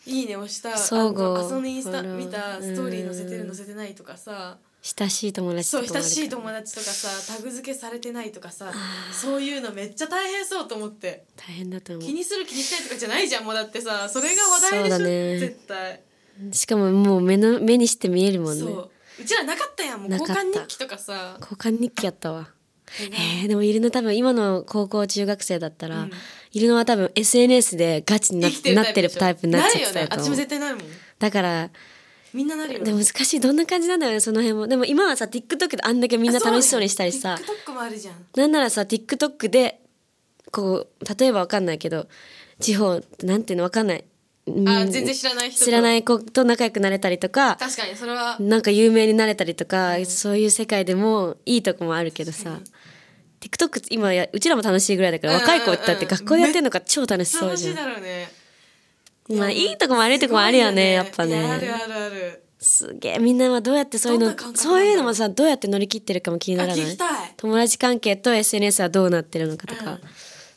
Speaker 1: えいいねをした
Speaker 2: 相互
Speaker 1: あのあそのインスタ
Speaker 2: フォロー
Speaker 1: 見たストーリー載せて
Speaker 2: う
Speaker 1: る
Speaker 2: ん
Speaker 1: 載せてないとかさ
Speaker 2: 親しい友達と
Speaker 1: そう
Speaker 2: か
Speaker 1: 親しい
Speaker 2: 友
Speaker 1: 友達とかさタグ付けされてないとかさそういうのめっちゃ大変そうと思って。
Speaker 2: 大変だと思う
Speaker 1: 気にする気にしないとかじゃないじゃんもうだってさそれが話題で
Speaker 2: そ
Speaker 1: し
Speaker 2: う
Speaker 1: ょ、
Speaker 2: だね
Speaker 1: 絶対、
Speaker 2: しかももう目の目にして見えるもんね
Speaker 1: そううちらなかったやんもう
Speaker 2: なかっ
Speaker 1: 交
Speaker 2: た
Speaker 1: 換日記とかさ
Speaker 2: 交換日記やったわえー、でもいるの多分今の高校中学生だったら、
Speaker 1: うん
Speaker 2: いるのは多分 SNS でガチにな
Speaker 1: 生きてる
Speaker 2: な
Speaker 1: タ
Speaker 2: っ
Speaker 1: イプ
Speaker 2: て
Speaker 1: で
Speaker 2: る
Speaker 1: しょ
Speaker 2: タイプになっちゃって
Speaker 1: るよね
Speaker 2: たと
Speaker 1: 私
Speaker 2: 思
Speaker 1: も
Speaker 2: う、
Speaker 1: 絶対なるもん
Speaker 2: だから
Speaker 1: みんななるよね
Speaker 2: でも難しいどんな感じなんだよねその辺もでも今はさ TikTok であんだけみんな楽しそうにしたりさ
Speaker 1: あそうだよ TikTok もあるじゃん
Speaker 2: なんならさ TikTok でこう例えばわかんないけど地方なんていうのわかんない、うん
Speaker 1: あ全然知らない人と
Speaker 2: 知らない子と仲良くなれたりとか
Speaker 1: 確かにそれは
Speaker 2: なんか有名になれたりとか、そういう世界でもいいとこもあるけどさ TikTok 今やうちらも楽しいぐらいだから、
Speaker 1: うんうん
Speaker 2: 若い子だって学校でやってんのか超楽しそう
Speaker 1: 楽
Speaker 2: じ
Speaker 1: し
Speaker 2: ゃ
Speaker 1: い
Speaker 2: ん
Speaker 1: だろうね
Speaker 2: まあ
Speaker 1: いや
Speaker 2: いいとこも悪いとこもあるよねやっ
Speaker 1: す
Speaker 2: ぱ
Speaker 1: ごいよ
Speaker 2: ね
Speaker 1: いやあるあるある
Speaker 2: すげえみんなはどうやってそういう
Speaker 1: どんな感
Speaker 2: の
Speaker 1: 覚
Speaker 2: そういうのもさどうやって乗り切ってるかも気に
Speaker 1: あ
Speaker 2: ならな
Speaker 1: 聞
Speaker 2: い
Speaker 1: きたい
Speaker 2: 友達関係と SNS はどうなってるのかとか、
Speaker 1: うん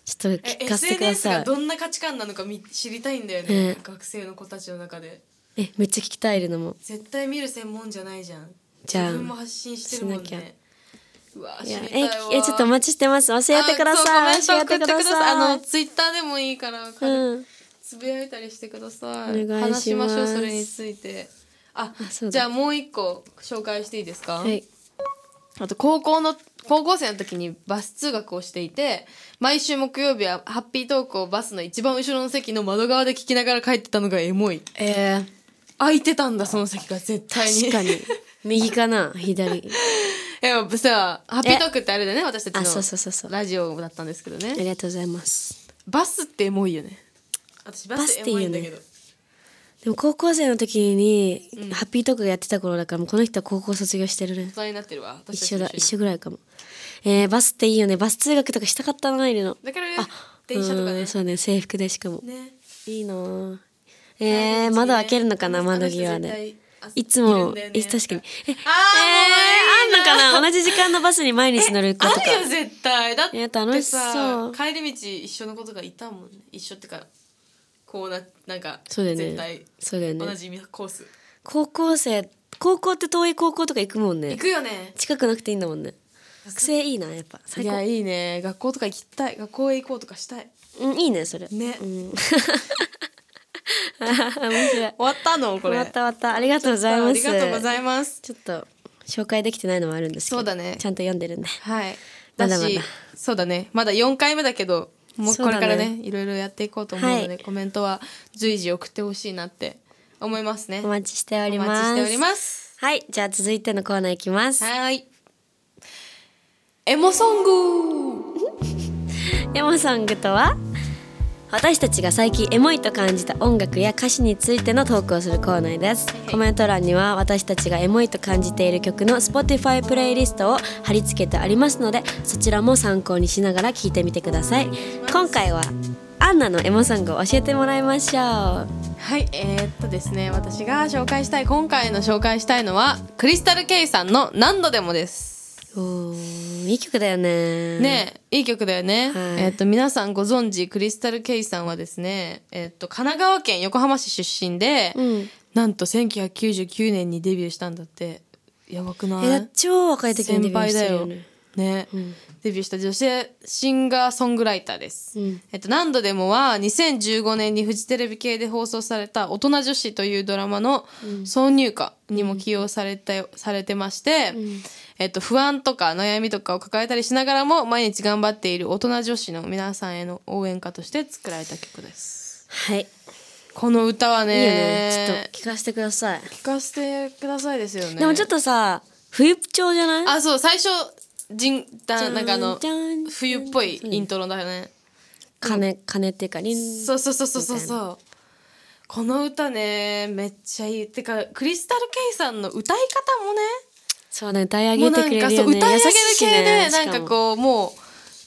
Speaker 2: ちょっと
Speaker 1: え
Speaker 2: 聞かせてくだ
Speaker 1: SNS
Speaker 2: さ
Speaker 1: が
Speaker 2: い
Speaker 1: どんな価値観なのかみ知りたいんだよね、
Speaker 2: うん
Speaker 1: 学生の子たちの中で
Speaker 2: えめっちゃ聞きたいるのも
Speaker 1: 絶対見る専門じゃないじゃん
Speaker 2: じゃあ
Speaker 1: 自分も発信してるもん
Speaker 2: しなきゃ
Speaker 1: ねうわ
Speaker 2: い
Speaker 1: 知
Speaker 2: や
Speaker 1: りたい
Speaker 2: え
Speaker 1: わ
Speaker 2: えちょっとお待ちしてます教えてください
Speaker 1: あそうコメント送ってくださいあの
Speaker 2: 教
Speaker 1: ツイッターでもいいから、
Speaker 2: えてくださいうん
Speaker 1: つぶやいたりしてください
Speaker 2: お願いします
Speaker 1: 話しましょうそれについてあ
Speaker 2: あそうだ
Speaker 1: じゃあもう一個紹介していいですか、
Speaker 2: はい
Speaker 1: あと高校の高校生の時にバス通学をしていて毎週木曜日はハッピートークをバスの一番後ろの席の窓側で聞きながら帰ってたのがエモい
Speaker 2: え
Speaker 1: 空いてたんだその席が絶対
Speaker 2: 確
Speaker 1: に
Speaker 2: かに右かな左
Speaker 1: えやっぱさハッピートーク ってあれだよね私たち
Speaker 2: あそうそう
Speaker 1: の
Speaker 2: そうそうあ
Speaker 1: ラジオだったんですけど
Speaker 2: り
Speaker 1: ね
Speaker 2: がとうございます
Speaker 1: バスってエモいよね私バ
Speaker 2: バ
Speaker 1: ス
Speaker 2: ス
Speaker 1: エ
Speaker 2: ってい
Speaker 1: モ
Speaker 2: い
Speaker 1: い
Speaker 2: よ
Speaker 1: ん
Speaker 2: ね
Speaker 1: だけど
Speaker 2: でも高校生の時に、ハッピートークやってた頃だからもうこの人は高校卒業してるね
Speaker 1: 大人になってるわ私た
Speaker 2: 一
Speaker 1: ち
Speaker 2: 緒
Speaker 1: と
Speaker 2: だ
Speaker 1: に
Speaker 2: 一緒ぐらいかもえー、バスっていいよねバス通学とかしたかったなイルの
Speaker 1: だからね電車とか
Speaker 2: う
Speaker 1: ね
Speaker 2: んそうね制服でしかも
Speaker 1: ね
Speaker 2: いいなぁえー、窓開けるのかな窓際で、いつも、い確かにええー、あんのかな同じ時間のバスに毎日乗る子とか
Speaker 1: あるよ絶対だっ
Speaker 2: いや
Speaker 1: てさ
Speaker 2: 楽しそう
Speaker 1: 帰り道一緒の子とかいたもんね一緒ってかこうななんか
Speaker 2: そうだよ
Speaker 1: 絶
Speaker 2: ね
Speaker 1: 対
Speaker 2: そうだよ
Speaker 1: 同
Speaker 2: ね
Speaker 1: じコース
Speaker 2: 高校生高校って遠い高校とか行くもんね
Speaker 1: 行くよね
Speaker 2: 近くなくていいんだもんね学生いいなやっぱ最高
Speaker 1: いいね学校とか行きたい学校へ行こうとかしたい
Speaker 2: うんいいねそれ
Speaker 1: ね
Speaker 2: うん面白い。
Speaker 1: 終わったのこ
Speaker 2: 終
Speaker 1: れ
Speaker 2: わった終わった。ありがとうございます。
Speaker 1: ありがとうございます
Speaker 2: ちょっと紹介できてないのもあるんですけど。
Speaker 1: そうだね
Speaker 2: ちゃんと読んでるんで。
Speaker 1: はい
Speaker 2: ま
Speaker 1: だし
Speaker 2: だまだ
Speaker 1: そうだねまだ4回目だけどもう
Speaker 2: そう
Speaker 1: こ
Speaker 2: だね
Speaker 1: れからねいろいろやっていこうと思うので、
Speaker 2: はい
Speaker 1: コメントは随時送ってほしいなって思いますね
Speaker 2: お待ちしております。
Speaker 1: お待ちしております
Speaker 2: はい、じゃあ続いてのコーナーいきます。
Speaker 1: はいエモソング
Speaker 2: エモソングとは私たちが最近エモいと感じた音楽や歌詞についてのトークをするコーナーです、
Speaker 1: はいはい
Speaker 2: コメント欄には私たちがエモいと感じている曲の Spotify プレイリストを貼り付けてありますのでそちらも参考にしながら聞いてみてください今回はアンナのエモソングを教えてもらいましょう
Speaker 1: はいえー、っとですね私が紹介したい今回の紹介したいのはクリスタル・ケイさんの「何度でも」です
Speaker 2: おーいい曲だよね
Speaker 1: ねえいい曲だよね、
Speaker 2: はい
Speaker 1: えっと皆さんご存知クリスタル・ケイさんはですね、えっと神奈川県横浜市出身で、
Speaker 2: うん
Speaker 1: なんと1999年にデビューしたんだってやばくない
Speaker 2: えだ超若い時にデ
Speaker 1: 先
Speaker 2: ビュー
Speaker 1: 輩
Speaker 2: し
Speaker 1: だ
Speaker 2: てる
Speaker 1: よ
Speaker 2: よね
Speaker 1: ね、デビューした女性シンガーソングライターです、
Speaker 2: うん
Speaker 1: えっと、何度でもは2015年にフジテレビ系で放送された「大人女子」というドラマの挿入歌にも起用されて,、されてまして、えっと、不安とか悩みとかを抱えたりしながらも毎日頑張っている大人女子の皆さんへの応援歌として作られた曲です
Speaker 2: はいいいよ
Speaker 1: この歌はね
Speaker 2: ねちょっと聞かせてください
Speaker 1: 聞かせてくださいですよね
Speaker 2: でもちょっとさ冬調じゃない
Speaker 1: あそう最初じんだなんかあの
Speaker 2: じゃんじゃん
Speaker 1: 冬っぽいイントロだよね
Speaker 2: 鐘鐘っていうかリン
Speaker 1: そうそうそうそうそうそうこの歌ねめっちゃいいてかクリスタル・ケイさんの歌い方もね
Speaker 2: そうね歌い上
Speaker 1: も
Speaker 2: げ
Speaker 1: う
Speaker 2: てくれ
Speaker 1: なんか
Speaker 2: る
Speaker 1: そ
Speaker 2: よ
Speaker 1: う
Speaker 2: ね
Speaker 1: 歌い上げる系
Speaker 2: 優
Speaker 1: で、
Speaker 2: しいしね
Speaker 1: なんかこうも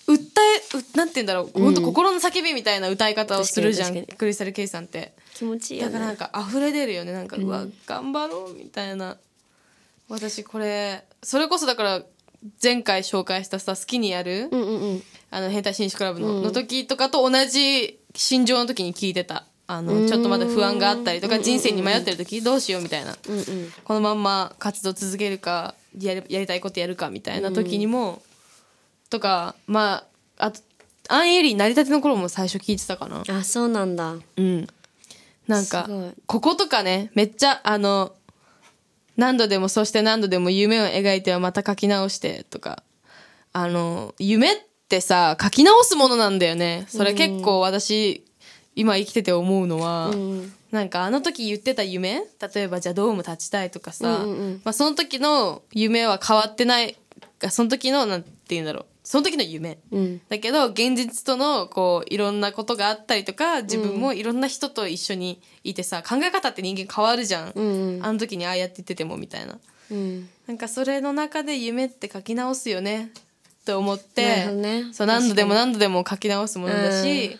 Speaker 1: う訴えうなんて言うんだろう、ほんと心の叫びみたいな歌い方をするじゃ
Speaker 2: 確か
Speaker 1: ん
Speaker 2: に確
Speaker 1: クリスタル・ケイさんって
Speaker 2: しかも気持ちいいよ
Speaker 1: だからな
Speaker 2: ね
Speaker 1: んか溢れ出るよねなんか、うわ頑張ろうみたいな私これそれこそだから前回紹介したさ「好きにやる」
Speaker 2: うんうんうん
Speaker 1: あの変態紳士クラブの,、の時とかと同じ心情の時に聞いてたあのちょっとまだ不安があったりとか人生に迷ってる時どうしようみたいな、
Speaker 2: うんうん
Speaker 1: このまんま活動続けるかやりやりたいことやるかみたいな時にも、とかまああとアンエリー成り立ての頃も最初聞いてたかな。
Speaker 2: あそうなんだ
Speaker 1: うん、なんか
Speaker 2: すごい
Speaker 1: こことかねめっちゃあの何度でもそして何度でも夢を描いてはまた書き直してとかあの夢ってさ書き直すものなんだよねそれ結構私、今生きてて思うのは、
Speaker 2: うん
Speaker 1: なんかあの時言ってた夢例えばじゃあドーム立ちたいとか
Speaker 2: う
Speaker 1: さ、
Speaker 2: んうんうん
Speaker 1: まあ、その時の夢は変わってないその時のなんて言うんだろうその時の夢、
Speaker 2: うん
Speaker 1: だけど現実とのこういろんなことがあったりとか自分もいろんな人と一緒にいてさ、考え方って人間変わるじゃん、
Speaker 2: うんうん
Speaker 1: あの時にああやって言っててもみたいな
Speaker 2: うん
Speaker 1: なんかそれの中で夢って書き直すよねって思っ
Speaker 2: なる
Speaker 1: て
Speaker 2: ほ、どね
Speaker 1: そう何度でも何度でも書き直すものだし、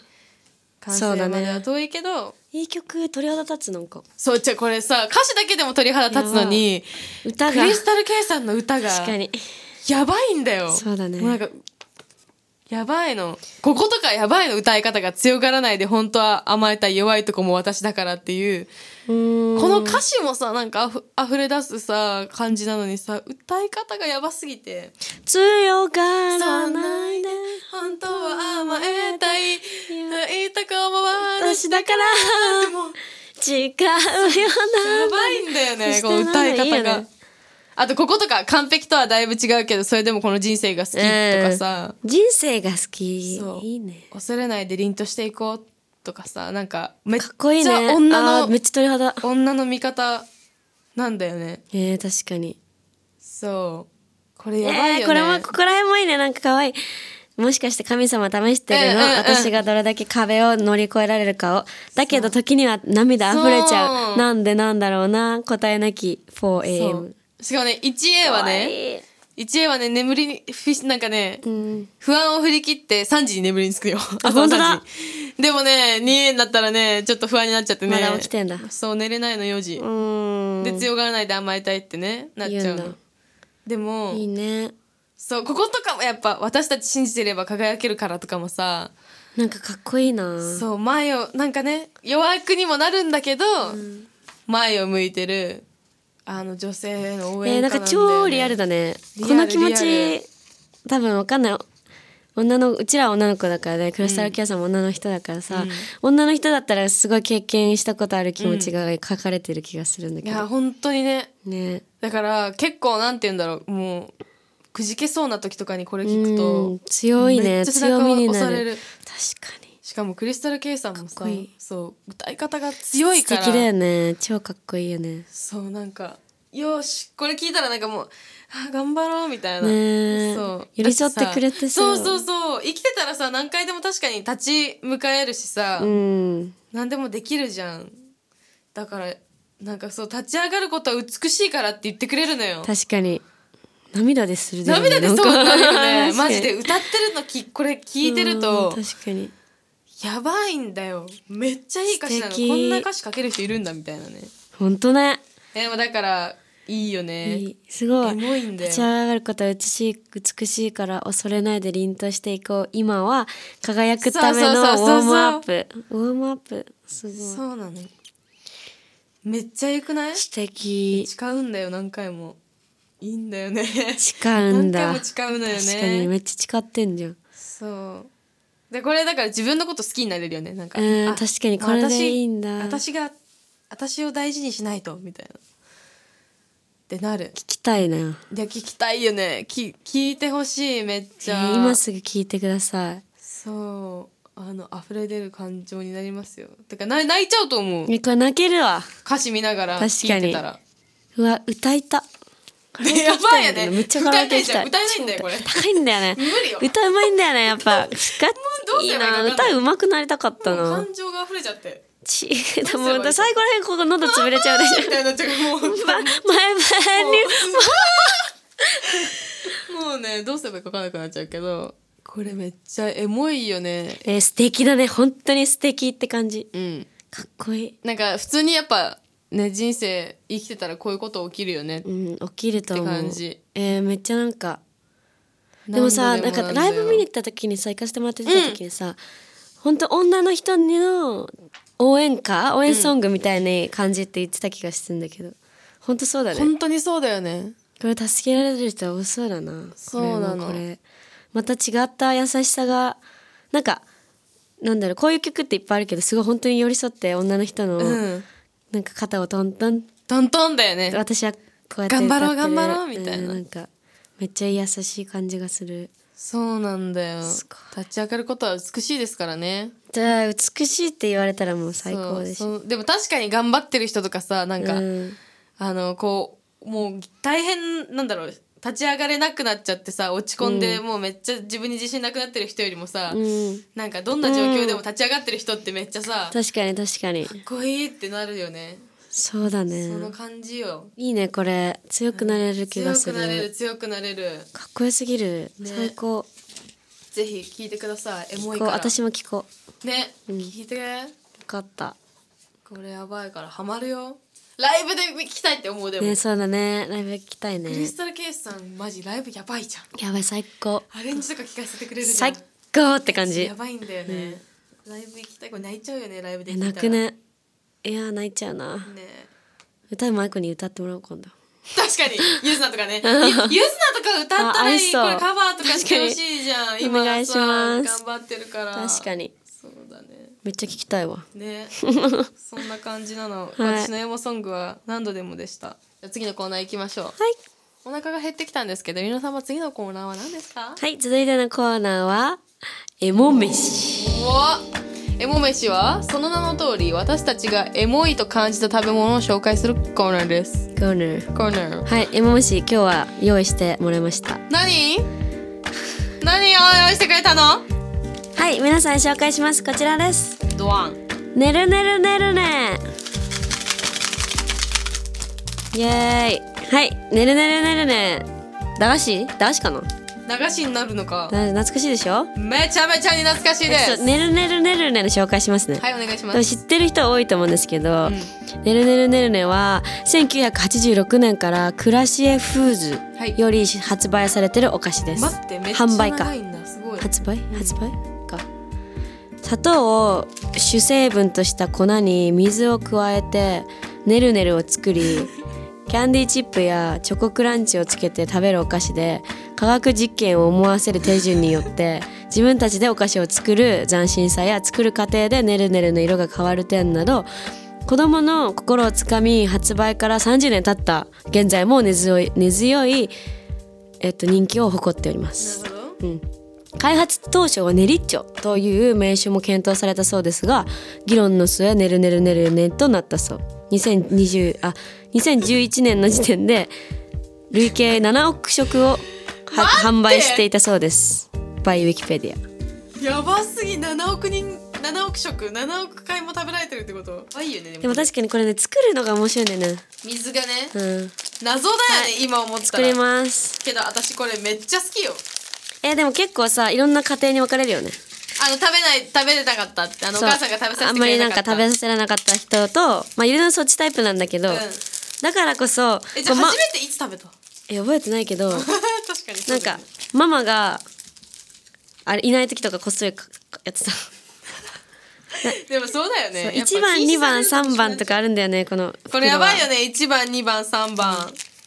Speaker 1: 完
Speaker 2: そうだ
Speaker 1: 成
Speaker 2: ね
Speaker 1: までは遠いけど
Speaker 2: いい曲鳥肌立つなんか
Speaker 1: そうじゃあこれさ歌詞だけでも鳥肌立つのに
Speaker 2: 歌
Speaker 1: ク
Speaker 2: が
Speaker 1: リスタル・ケイさんの歌が
Speaker 2: 確かに
Speaker 1: やばいんだよ
Speaker 2: そうだね
Speaker 1: もなんかやばいのこことかやばいの歌い方が強がらないで本当は甘えたい弱いとこも私だからっていう
Speaker 2: うーん
Speaker 1: この歌詞もさなんかあふ溢れ出すさ感じなのにさ歌い方がやばすぎて
Speaker 2: 強がらないで
Speaker 1: 本当は甘えたい言いたく思わない
Speaker 2: 私だから
Speaker 1: でも
Speaker 2: 違うよ
Speaker 1: やばいんだよね
Speaker 2: そ
Speaker 1: こ
Speaker 2: して
Speaker 1: の歌い
Speaker 2: なんかい
Speaker 1: 方
Speaker 2: いよ
Speaker 1: が
Speaker 2: ね
Speaker 1: あとこことか完璧とはだいぶ違うけどそれでもこの人生が好きとかさ、
Speaker 2: うん人生が好き
Speaker 1: そう
Speaker 2: いいね
Speaker 1: 恐れないで凛としていこうとかさなんかめっ
Speaker 2: かっこいい
Speaker 1: ち
Speaker 2: ね
Speaker 1: ゃ
Speaker 2: あ
Speaker 1: 女
Speaker 2: ーめっ
Speaker 1: の
Speaker 2: ちゃ鳥肌
Speaker 1: 女の味方なんだよね
Speaker 2: えー、確かに
Speaker 1: そうこれやばい
Speaker 2: えー
Speaker 1: よ
Speaker 2: こ
Speaker 1: ね、
Speaker 2: れもここら辺もいいねなんか可愛いもしかして神様試してるの、
Speaker 1: うんうんうん
Speaker 2: 私がどれだけ壁を乗り越えられるかをだけど時には涙溢れちゃ
Speaker 1: そうう
Speaker 2: なんでなんだろうな答えなき
Speaker 1: そ
Speaker 2: 4am
Speaker 1: うしかもね 1A はね 1A はね眠りにふしなんかね、
Speaker 2: ん
Speaker 1: 不安を振り切って3時に眠りにつくよ朝
Speaker 2: 本
Speaker 1: の3
Speaker 2: 当だ
Speaker 1: 時でもね 2A になったらねちょっと不安になっちゃってね
Speaker 2: まだ起きてんだ
Speaker 1: そう寝れないの4時、
Speaker 2: うーん
Speaker 1: で強がらないで甘えたいってねなっちゃう
Speaker 2: 言うん
Speaker 1: の
Speaker 2: だ
Speaker 1: でも
Speaker 2: いいね
Speaker 1: そうこことかもやっぱ私たち信じてれば輝けるからとかもさ、
Speaker 2: なんかかっこいいな
Speaker 1: そう前をなんかね弱くにもなるんだけど、前を向いてるあの女性への応
Speaker 2: え
Speaker 1: 援
Speaker 2: ー、
Speaker 1: 歌
Speaker 2: なんか超リアル
Speaker 1: だ
Speaker 2: だね
Speaker 1: リア
Speaker 2: こ
Speaker 1: ル
Speaker 2: の気持
Speaker 1: リア
Speaker 2: ち多分わかんない女のうちらは女の子だからねクロスタルキャさんも女の人だからさ、女の人だったらすごい経験したことある気持ちが書かれてる気がするんだ
Speaker 1: い
Speaker 2: け
Speaker 1: や
Speaker 2: ど、
Speaker 1: 本当にね
Speaker 2: ね
Speaker 1: だから結構なんて言うんだろうもうくじけそうな時とかにこれ聞く
Speaker 2: う
Speaker 1: と
Speaker 2: ん強い
Speaker 1: め
Speaker 2: ね
Speaker 1: っちゃ背中
Speaker 2: 強みに
Speaker 1: を押
Speaker 2: な
Speaker 1: され
Speaker 2: る
Speaker 1: る
Speaker 2: 確かに
Speaker 1: しかもクリスタル・ケイさんも
Speaker 2: かっ
Speaker 1: さ
Speaker 2: こいい
Speaker 1: そう歌い方が強い
Speaker 2: 素
Speaker 1: から
Speaker 2: 敵だよね超かっこいいよね
Speaker 1: そうなんかよしこれ聞いたらなんかもうあ頑張ろうみたいな、
Speaker 2: ねえ
Speaker 1: そう
Speaker 2: 寄り添ってくれてさ
Speaker 1: そうそうそう生きてたらさ何回でも確かに立ち向かえるしさ、
Speaker 2: うん
Speaker 1: 何でもできるじゃんだからなんかそう立ち上がることは美しいからって言ってくれるのよ
Speaker 2: 確かに涙でする
Speaker 1: 涙でそうなるよ ねマジで
Speaker 2: 聞
Speaker 1: 歌ってるのきこれ聞いてると
Speaker 2: 確かに
Speaker 1: やばいんだよめっちゃいい歌詞なの
Speaker 2: 素敵
Speaker 1: こんな歌詞書ける人いるんだみたいなね
Speaker 2: 本当ね
Speaker 1: えでもだからいいよね
Speaker 2: いいすご
Speaker 1: エモいんだよ
Speaker 2: 立ち上がることは美しい美しいから恐れないで凛としていこう今は輝くためのウ
Speaker 1: そうそうそうそう
Speaker 2: ォームアップウォームアップすごい
Speaker 1: そうなのめっちゃ良くない
Speaker 2: 素敵
Speaker 1: 誓うんだよ何回もいいんだよね
Speaker 2: 誓うんだ
Speaker 1: 何回も誓うのよね
Speaker 2: 確かにめっちゃ誓ってんじゃん
Speaker 1: そうでこれだから自分のこと好きになれるよねなんか、
Speaker 2: うん
Speaker 1: あ
Speaker 2: 確かにこれでいいんだ
Speaker 1: 私私が私を大事にしないとみたいなってなる
Speaker 2: 聞きたいな、
Speaker 1: で聞きたいよねき聞いてほしいめっち
Speaker 2: え
Speaker 1: ゃ、
Speaker 2: ー今すぐ聞いてください
Speaker 1: そうあの溢れ出る感情になりますよてかな泣いちゃうと思う
Speaker 2: ねこれ泣けるわ
Speaker 1: 歌詞見ながら聞いてたら
Speaker 2: うわ歌いた
Speaker 1: ねやばいよね
Speaker 2: めっちゃカラオケ行きたい
Speaker 1: 歌えないんだよこれ
Speaker 2: 高いんだよね
Speaker 1: 無理よ
Speaker 2: 歌うまいんだよねやっぱ
Speaker 1: どうす
Speaker 2: いい
Speaker 1: ればいい
Speaker 2: な
Speaker 1: か分かんな
Speaker 2: 歌
Speaker 1: いう
Speaker 2: まくなりたかったな
Speaker 1: 感情が溢れちゃって
Speaker 2: ち
Speaker 1: す
Speaker 2: で
Speaker 1: ればいい
Speaker 2: も最後らへんここ喉潰れちゃうでし ょ
Speaker 1: みたいになっちゃうも
Speaker 2: ま
Speaker 1: う
Speaker 2: 前前に
Speaker 1: もうねどうすればいいか分かんなくなっちゃうけどこれめっちゃエモいよね
Speaker 2: えー素敵だね本当に素敵って感じ
Speaker 1: うん
Speaker 2: かっこいい
Speaker 1: なんか普通にやっぱね人生生きてたらこういうこと起きるよね
Speaker 2: うん起きると思う
Speaker 1: って感じ
Speaker 2: えーめっちゃなんかでもさ
Speaker 1: 何
Speaker 2: な
Speaker 1: 度
Speaker 2: ん
Speaker 1: で
Speaker 2: か
Speaker 1: もだ
Speaker 2: ライ
Speaker 1: よ
Speaker 2: ブ見に行った時にさ行かせてもらってた時にさ、ほん、本当女の人の応援歌応援ソングみたいな感じって言ってた気がするんだけど、本当そうだね
Speaker 1: 本当にそうだよね
Speaker 2: これ助けられる人は多そうだな
Speaker 1: そうなの
Speaker 2: これもこれまた違った優しさがなんかなんだろうこういう曲っていっぱいあるけどすごい本当に寄り添って女の人の、
Speaker 1: うん
Speaker 2: なんか肩をトントン
Speaker 1: トントンだよね
Speaker 2: 私はこうやって
Speaker 1: 頑張ろう
Speaker 2: 歌ってる
Speaker 1: 頑張ろうみたいなん
Speaker 2: なんかめっちゃ優しい感じがする
Speaker 1: そうなんだよ
Speaker 2: すご
Speaker 1: 立ち上がることは美しいですからね
Speaker 2: じゃあ美しいって言われたらもう最高でしょ
Speaker 1: そうそうでも確かに頑張ってる人とかさなんか、
Speaker 2: うん
Speaker 1: あのこうもう大変なんだろう立ち上がれなくなっちゃってさ落ち込んで、もうめっちゃ自分に自信なくなってる人よりもさ、
Speaker 2: うん
Speaker 1: なんかどんな状況でも立ち上がってる人ってめっちゃさ、かっ
Speaker 2: 確かに確かに
Speaker 1: こいいってなるよね、
Speaker 2: そうだ
Speaker 1: その
Speaker 2: ね
Speaker 1: 感じよ
Speaker 2: いいねこれ強くなれる気
Speaker 1: 強
Speaker 2: がす
Speaker 1: く
Speaker 2: る,、
Speaker 1: なれる強くなれる
Speaker 2: かっこよすぎる、
Speaker 1: ね
Speaker 2: 最高
Speaker 1: ぜひ聞いてくださいエモい
Speaker 2: こう
Speaker 1: から
Speaker 2: 私も聞こう
Speaker 1: ね、聞いて
Speaker 2: よかった
Speaker 1: これやばいからハマるよライブで聞きたいって思うでも、
Speaker 2: ねそうだねライブ行きたい
Speaker 1: クリ
Speaker 2: ね
Speaker 1: スタルケースさんマジライブやばいじゃん
Speaker 2: やばい最高
Speaker 1: アレンジとか聞かせてくれるじゃ
Speaker 2: 最
Speaker 1: ん
Speaker 2: 高って感じ
Speaker 1: やばいんだよね、ライブ行きたいこれ泣いちゃうよねライブで
Speaker 2: え
Speaker 1: 聞いたら
Speaker 2: 泣くねいやー泣いちゃうな、
Speaker 1: ね
Speaker 2: 歌うまい子に歌ってもらおう今度
Speaker 1: 確かにユズナと かねゆユズナとか歌った
Speaker 2: あ
Speaker 1: ら
Speaker 2: 合
Speaker 1: い
Speaker 2: い
Speaker 1: いこ
Speaker 2: そう
Speaker 1: れカバーとかしてほしいじゃん
Speaker 2: 確かに
Speaker 1: 今
Speaker 2: お願いします
Speaker 1: さ頑張ってるから
Speaker 2: 確かに
Speaker 1: そうだね
Speaker 2: めっちゃ聞きたいわ
Speaker 1: ねそんな感じなの、
Speaker 2: はい
Speaker 1: 私のエモソングは何度でもでしたじゃあ次のコーナー行きましょう、
Speaker 2: はい
Speaker 1: お腹が減ってきたんですけど皆様次のコーナーは何ですか
Speaker 2: はい続いてのコーナーはエモ飯
Speaker 1: おエモ飯はその名の通り私たちがエモいと感じた食べ物を紹介するコーナーです
Speaker 2: コーナー
Speaker 1: コーナー
Speaker 2: はいエモ飯今日は用意してもらいました
Speaker 1: 何何を用意してくれたの
Speaker 2: はい皆さん紹介しますこちらです
Speaker 1: ドワン
Speaker 2: ねるねるねるねイエーイはいねるねるねるね駄菓子駄菓子かな
Speaker 1: 流しになるのか
Speaker 2: な懐かしいでしょ
Speaker 1: めちゃめちゃに懐かしいで
Speaker 2: ちょっ
Speaker 1: す
Speaker 2: とねるねるねるねの紹介しますね、
Speaker 1: はいお願いしま
Speaker 2: 多分
Speaker 1: す
Speaker 2: 知ってる人多いと思うんですけど、ねるねるねるねは1986年からクラシエフーズより発売されてるお菓子です、
Speaker 1: 待ってめっちゃ
Speaker 2: 販売か
Speaker 1: 長いんだすごい
Speaker 2: 発売発売か砂糖を主成分とした粉に水を加えてねるねるを作 りキャンディーチップやチョコクランチをつけて食べるお菓子で科学実験を思わせる手順によって自分たちでお菓子を作る斬新さや作る過程でねるねるの色が変わる点など子どもの心をつかみ発売から30年経った現在も根強い根強い、えっと、人気を誇っております。
Speaker 1: るほど
Speaker 2: うん開発当初はネリッチョという名称も検討されたそうですが議論の末ネルネルネルネとなったそう2020あ2011年の時点で累計7億食をは販売していたそうですバイウィキペディ
Speaker 1: やばすぎ7億人7億食7億回も食べられてるってことあいいよねで
Speaker 2: アでも確かにこれね作るのが面白いんだよね
Speaker 1: 水がね
Speaker 2: うん
Speaker 1: 謎だよね、今思った
Speaker 2: 作
Speaker 1: ら
Speaker 2: ります
Speaker 1: けど私これめっちゃ好きよ
Speaker 2: えでも結構さいろんな家庭に分かれるよね
Speaker 1: あの食べない食べれなかったってあのお
Speaker 2: そう
Speaker 1: 母さんが食べさ
Speaker 2: あ
Speaker 1: せ
Speaker 2: ん
Speaker 1: て
Speaker 2: ま
Speaker 1: く
Speaker 2: り
Speaker 1: れ
Speaker 2: な
Speaker 1: なんか
Speaker 2: か
Speaker 1: った
Speaker 2: 食べさせられなかった人とまあいろんなそっちタイプなんだけど、
Speaker 1: うん
Speaker 2: だからこそ
Speaker 1: えじゃあ
Speaker 2: こうま
Speaker 1: 初めていつ食べた
Speaker 2: え覚えてないけど
Speaker 1: 確かにそ
Speaker 2: な
Speaker 1: うんだよ
Speaker 2: か
Speaker 1: ね
Speaker 2: ママがあれいない時とかこっそりかかやってた、
Speaker 1: でもそうだよね
Speaker 2: そう
Speaker 1: やっ
Speaker 2: 1番
Speaker 1: ぱ禁止
Speaker 2: 2番
Speaker 1: される
Speaker 2: 3番とかあるんだよねこの
Speaker 1: これやばいよ
Speaker 2: ね
Speaker 1: ね1番2番3番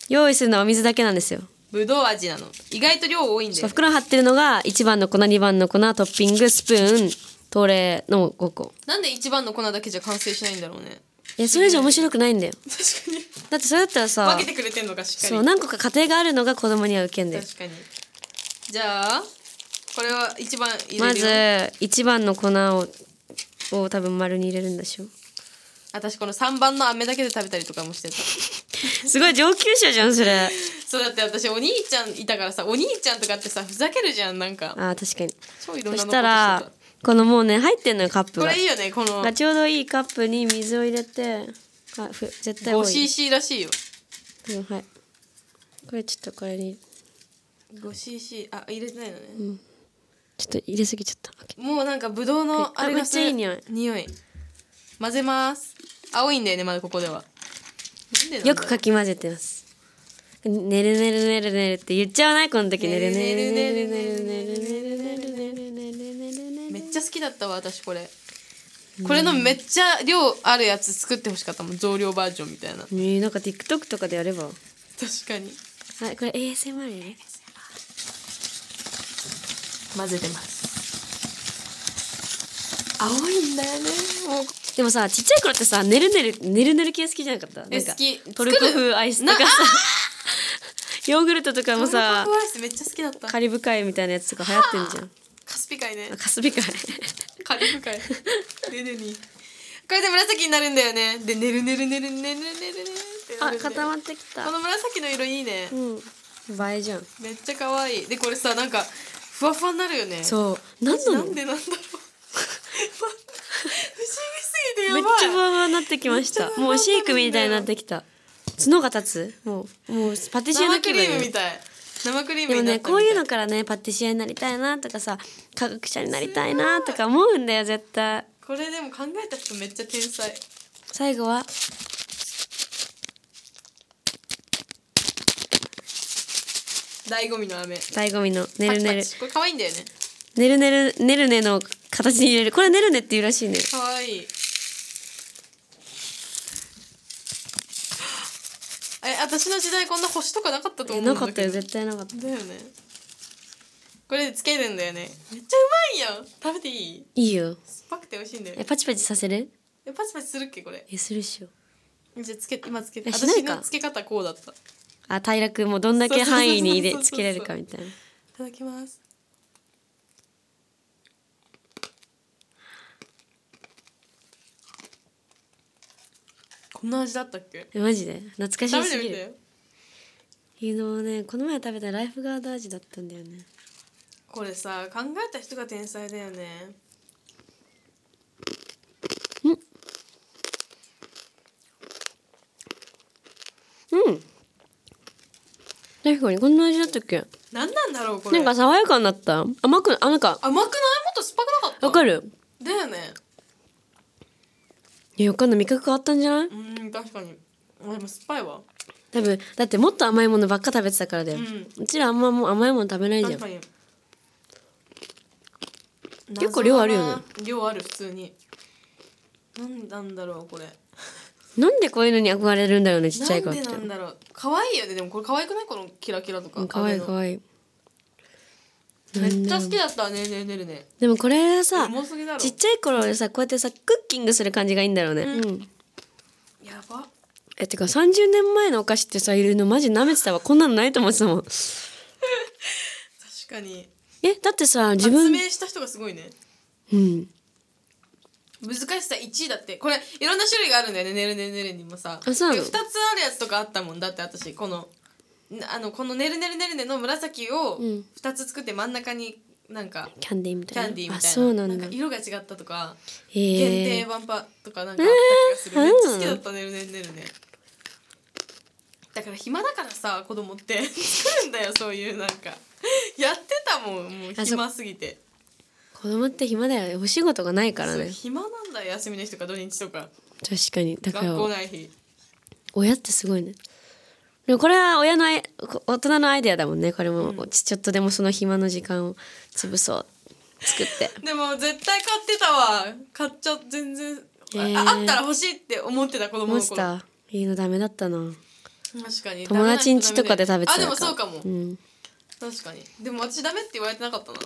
Speaker 2: 用意するのはお水だけなんですよ
Speaker 1: ぶどう味なの意外と量多いんだ
Speaker 2: そう
Speaker 1: よ
Speaker 2: 袋に貼ってるのが1番の粉2番の粉トッピングスプーントレーの5個
Speaker 1: なんで1番の粉だけじゃ完成しないんだろうね
Speaker 2: えそれ以上面白くないんだよ
Speaker 1: 確かに
Speaker 2: だってそれだったらさ
Speaker 1: 分けてくれてんのかしっかり
Speaker 2: そう何個か家庭があるのが子供には受けんだよ
Speaker 1: 確かにじゃあこれは一番入れるよ
Speaker 2: まず1番の粉をを多分丸に入れるんでしょ
Speaker 1: 私この3番の飴だけで食べたりとかもしてた
Speaker 2: すごい上級者じゃんそれ
Speaker 1: そうだって私お兄ちゃんいたからさお兄ちゃんとかってさふざけるじゃんなんか
Speaker 2: あー確かに
Speaker 1: 超いろん
Speaker 2: そ
Speaker 1: なの
Speaker 2: したらこのもうね入ってんのよカップ
Speaker 1: こ
Speaker 2: が
Speaker 1: れいいよねこの
Speaker 2: がちょうどいいカップに水を入れてあふ絶対多い、
Speaker 1: 5cc らしいよ
Speaker 2: うん、はいこれちょっとこれに
Speaker 1: 5cc あ入れてないのね、
Speaker 2: ちょっと入れすぎちゃったオッケ
Speaker 1: もうなんかブド
Speaker 2: は
Speaker 1: ウ
Speaker 2: い
Speaker 1: の
Speaker 2: あ
Speaker 1: あれがする
Speaker 2: めっちゃいい匂い
Speaker 1: 匂い混ぜます青いんだよねまだここではなんでなんだろ
Speaker 2: ー
Speaker 1: う
Speaker 2: よくかき混ぜてますねるねるねるねるって言っちゃわないこの時ねる
Speaker 1: ねる
Speaker 2: ねる
Speaker 1: ね
Speaker 2: ね
Speaker 1: るね
Speaker 2: るね
Speaker 1: るね
Speaker 2: るね
Speaker 1: るね
Speaker 2: る
Speaker 1: る
Speaker 2: ねる
Speaker 1: ね
Speaker 2: ねるねるねるねるね
Speaker 1: めっちゃ好きだったわ私これこれのめっちゃ量あるやつ作ってほしかったもん増量バージョンみたいな確
Speaker 2: ねなんか TikTok とかでやれば
Speaker 1: かに
Speaker 2: はいこれ ASMR やね
Speaker 1: 混ぜてます青いんだよねもう
Speaker 2: でもさちっちゃい頃ってさねるねるねるねる系好きじゃなかった
Speaker 1: え
Speaker 2: なんか
Speaker 1: 好き
Speaker 2: トルコ風アイスとかさ
Speaker 1: な
Speaker 2: ヨーグルトとかもさ
Speaker 1: トルコアイスめっちゃ好きだった
Speaker 2: カリブ海みたいなやつとか流行ってんじゃん
Speaker 1: カスピ海ね
Speaker 2: あカスビ海
Speaker 1: カリブ海でねにこれで紫になるんだよねでねるねるねるねるねるねってな
Speaker 2: あ
Speaker 1: るんだよ
Speaker 2: 固まってきた
Speaker 1: この紫の色いいね
Speaker 2: うん映えじゃん
Speaker 1: めっちゃ可愛いでこれさなんかふわふわになるよね
Speaker 2: そう何なの
Speaker 1: な
Speaker 2: め
Speaker 1: ん
Speaker 2: っ
Speaker 1: でなんだろう不思議す ぎてやばい
Speaker 2: ちゃふわふわになってきました
Speaker 1: めっちゃふわふわ
Speaker 2: もうシェイクみたいになってきた角が立つもうもうパティシエの
Speaker 1: 生
Speaker 2: 気
Speaker 1: クリーム
Speaker 2: 分
Speaker 1: み
Speaker 2: よ
Speaker 1: たい生クリー
Speaker 2: で
Speaker 1: ム
Speaker 2: も
Speaker 1: にな
Speaker 2: ね
Speaker 1: った
Speaker 2: こういう
Speaker 1: み
Speaker 2: のからねパティシエになりたいなとかさ科学者になりたいなとか思うんだよ絶対
Speaker 1: たいこれでも考えた人めっちゃ天才
Speaker 2: 最後は
Speaker 1: 醍醐味の飴
Speaker 2: 醍醐味のねるね
Speaker 1: パ
Speaker 2: る
Speaker 1: チパチこれ可愛いんだよね
Speaker 2: ねるねるねるねの形に入れるこれねるねっていうらしいね
Speaker 1: 可愛いえ私の時代こんな星とかなかったと思うんだ
Speaker 2: な
Speaker 1: け
Speaker 2: か
Speaker 1: ど
Speaker 2: ったよ絶対なかった
Speaker 1: だよねこれでつけるんだよねめっちゃうまいよ食べていい
Speaker 2: いいよ
Speaker 1: 酸っぱくて美味しいんだよ
Speaker 2: えパチパチさせる
Speaker 1: えパチパチするっけこれ
Speaker 2: えするっしょ
Speaker 1: じゃあつけ今つけ
Speaker 2: え
Speaker 1: て
Speaker 2: しない
Speaker 1: 私
Speaker 2: か
Speaker 1: のつけ方こうだったい
Speaker 2: あ体楽もうどんだけ範囲に入
Speaker 1: そ
Speaker 2: れ
Speaker 1: う
Speaker 2: つ
Speaker 1: そうそうそう
Speaker 2: けれるかみたいな
Speaker 1: ただきますこんな味だったっけ
Speaker 2: えマジで懐かし
Speaker 1: 食
Speaker 2: い
Speaker 1: べて
Speaker 2: す
Speaker 1: み
Speaker 2: ぎ
Speaker 1: てよ
Speaker 2: るいうのをねこの前食べたライフガード味だったんだよね
Speaker 1: これさ考えた人が天才だよね
Speaker 2: うん確かにこんな味だったっけ
Speaker 1: 何なんだろうこ
Speaker 2: な
Speaker 1: れ
Speaker 2: んか爽やかになった甘くあなんか
Speaker 1: 甘くないもっと酸っぱくなかった
Speaker 2: わかる
Speaker 1: だよね
Speaker 2: いやわかんない味覚変わったんじゃないう
Speaker 1: ーん確かにあでも酸っぱいわ
Speaker 2: 多分だってもっと甘いものばっか食べてたからだよ、う
Speaker 1: う
Speaker 2: ちらあんまもう甘いもの食べないじゃ
Speaker 1: 確
Speaker 2: ん
Speaker 1: かに
Speaker 2: 結構量あるよね
Speaker 1: 謎だな量ある普通に何なんだろうこれ
Speaker 2: なんでこういうのに憧れるんだろうねちっちゃい子
Speaker 1: な
Speaker 2: っ
Speaker 1: ん
Speaker 2: て
Speaker 1: でなんだろう可愛いよねでもこれ可愛くないこのキラキラと
Speaker 2: う
Speaker 1: か
Speaker 2: ん可愛い可愛い
Speaker 1: めっちゃ好きだったねねねるね
Speaker 2: でもこれさ
Speaker 1: うますぎだろ
Speaker 2: ちっちゃい頃さこうやってさクッキングする感じがいいんだろうね、うん
Speaker 1: やば
Speaker 2: えてか30年前のお菓子ってさいるのマジ舐めてたわこんなのないと思ってたもん
Speaker 1: 確かに
Speaker 2: えだってさ自
Speaker 1: 発
Speaker 2: 分
Speaker 1: 明した人がすごいね
Speaker 2: うん
Speaker 1: 難しさ1位だってこれいろんな種類があるんだよね「ねるねるねる」にもさ
Speaker 2: あそうなの
Speaker 1: 2つあるやつとかあったもんだって私このなあのこの「ねるねるねるね」の紫を
Speaker 2: ん
Speaker 1: 2つ作って真ん中になんか
Speaker 2: キャンディーみ
Speaker 1: キ
Speaker 2: たいな
Speaker 1: ャンディーみたいな
Speaker 2: あそうなんだ
Speaker 1: か色が違ったとか
Speaker 2: へー
Speaker 1: 限定版パとかなんかあった気がする、
Speaker 2: えー
Speaker 1: めっちゃ好きだったねるねるねるねだから暇だからさ子供って 作るんだよそういうなんかやってたもんもう
Speaker 2: あそう
Speaker 1: 暇すぎて
Speaker 2: 子供って暇だよねお仕事がないから
Speaker 1: そう
Speaker 2: ね
Speaker 1: 暇なんだよ休みの日とか土日とか
Speaker 2: 確かにだから
Speaker 1: 学校ない日
Speaker 2: 親ってすごいねでもこれは親のアイこ大人のアイデアだもんねこれも、ちちょっとでもその暇の時間を潰そう作って
Speaker 1: でも絶対買ってたわ買っちゃ全然、あ
Speaker 2: へー
Speaker 1: あったら欲しいって思ってた子供
Speaker 2: モ
Speaker 1: の
Speaker 2: ンス
Speaker 1: 頃
Speaker 2: ターいいのダメだったな
Speaker 1: 確かに
Speaker 2: 友達ん家とかで食べてた
Speaker 1: あ
Speaker 2: ら
Speaker 1: でもそうかも、
Speaker 2: ん、
Speaker 1: 確かにでも私ダメって言われてなかったな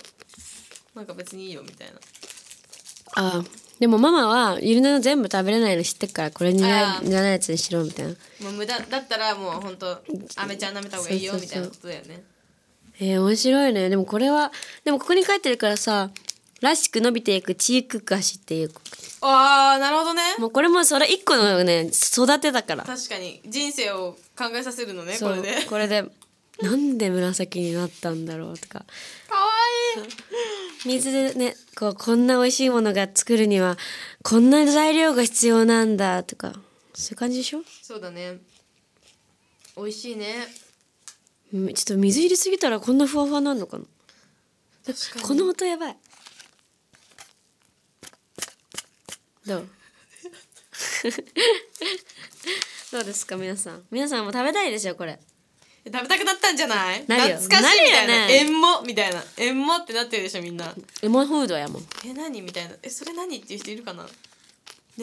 Speaker 1: なんか別にいいよみたいな
Speaker 2: あでもママはゆるなの全部食べれないの知ってるからこれにな
Speaker 1: あ
Speaker 2: いらないやつにしろみたいな
Speaker 1: もう無駄だったらもう本当アメちゃん舐めた方がいいよ
Speaker 2: そう
Speaker 1: み
Speaker 2: そう
Speaker 1: た
Speaker 2: そう
Speaker 1: いなことだよね
Speaker 2: えー、面白いねでもこれはでもここに書いてるからさらしく伸びていくチーク菓子っていう
Speaker 1: ああなるほどね
Speaker 2: もうこれもそれ一個のね育てだから
Speaker 1: 確かに人生を考えさせるのねこ
Speaker 2: そう
Speaker 1: れで
Speaker 2: これでなんで紫になったんだろうとか
Speaker 1: かわいい
Speaker 2: 水でねこうこんな美味しいものが作るにはこんな材料が必要なんだとかそういう感じでしょ
Speaker 1: そうだね美味しいね
Speaker 2: うんちょっと水入れすぎたらこんなふわふわなんのかな
Speaker 1: 確かに
Speaker 2: この音やばいどう どうですか皆さん皆さんも食べたいでしょこれ
Speaker 1: 食べたくなったんじゃない
Speaker 2: なるよ
Speaker 1: 懐かしいみたいな
Speaker 2: なるよね
Speaker 1: えんもみたいなえんもってなってるでしょみんな
Speaker 2: エモフードやもん
Speaker 1: え何みたいなえそれ何っていう人いるかなね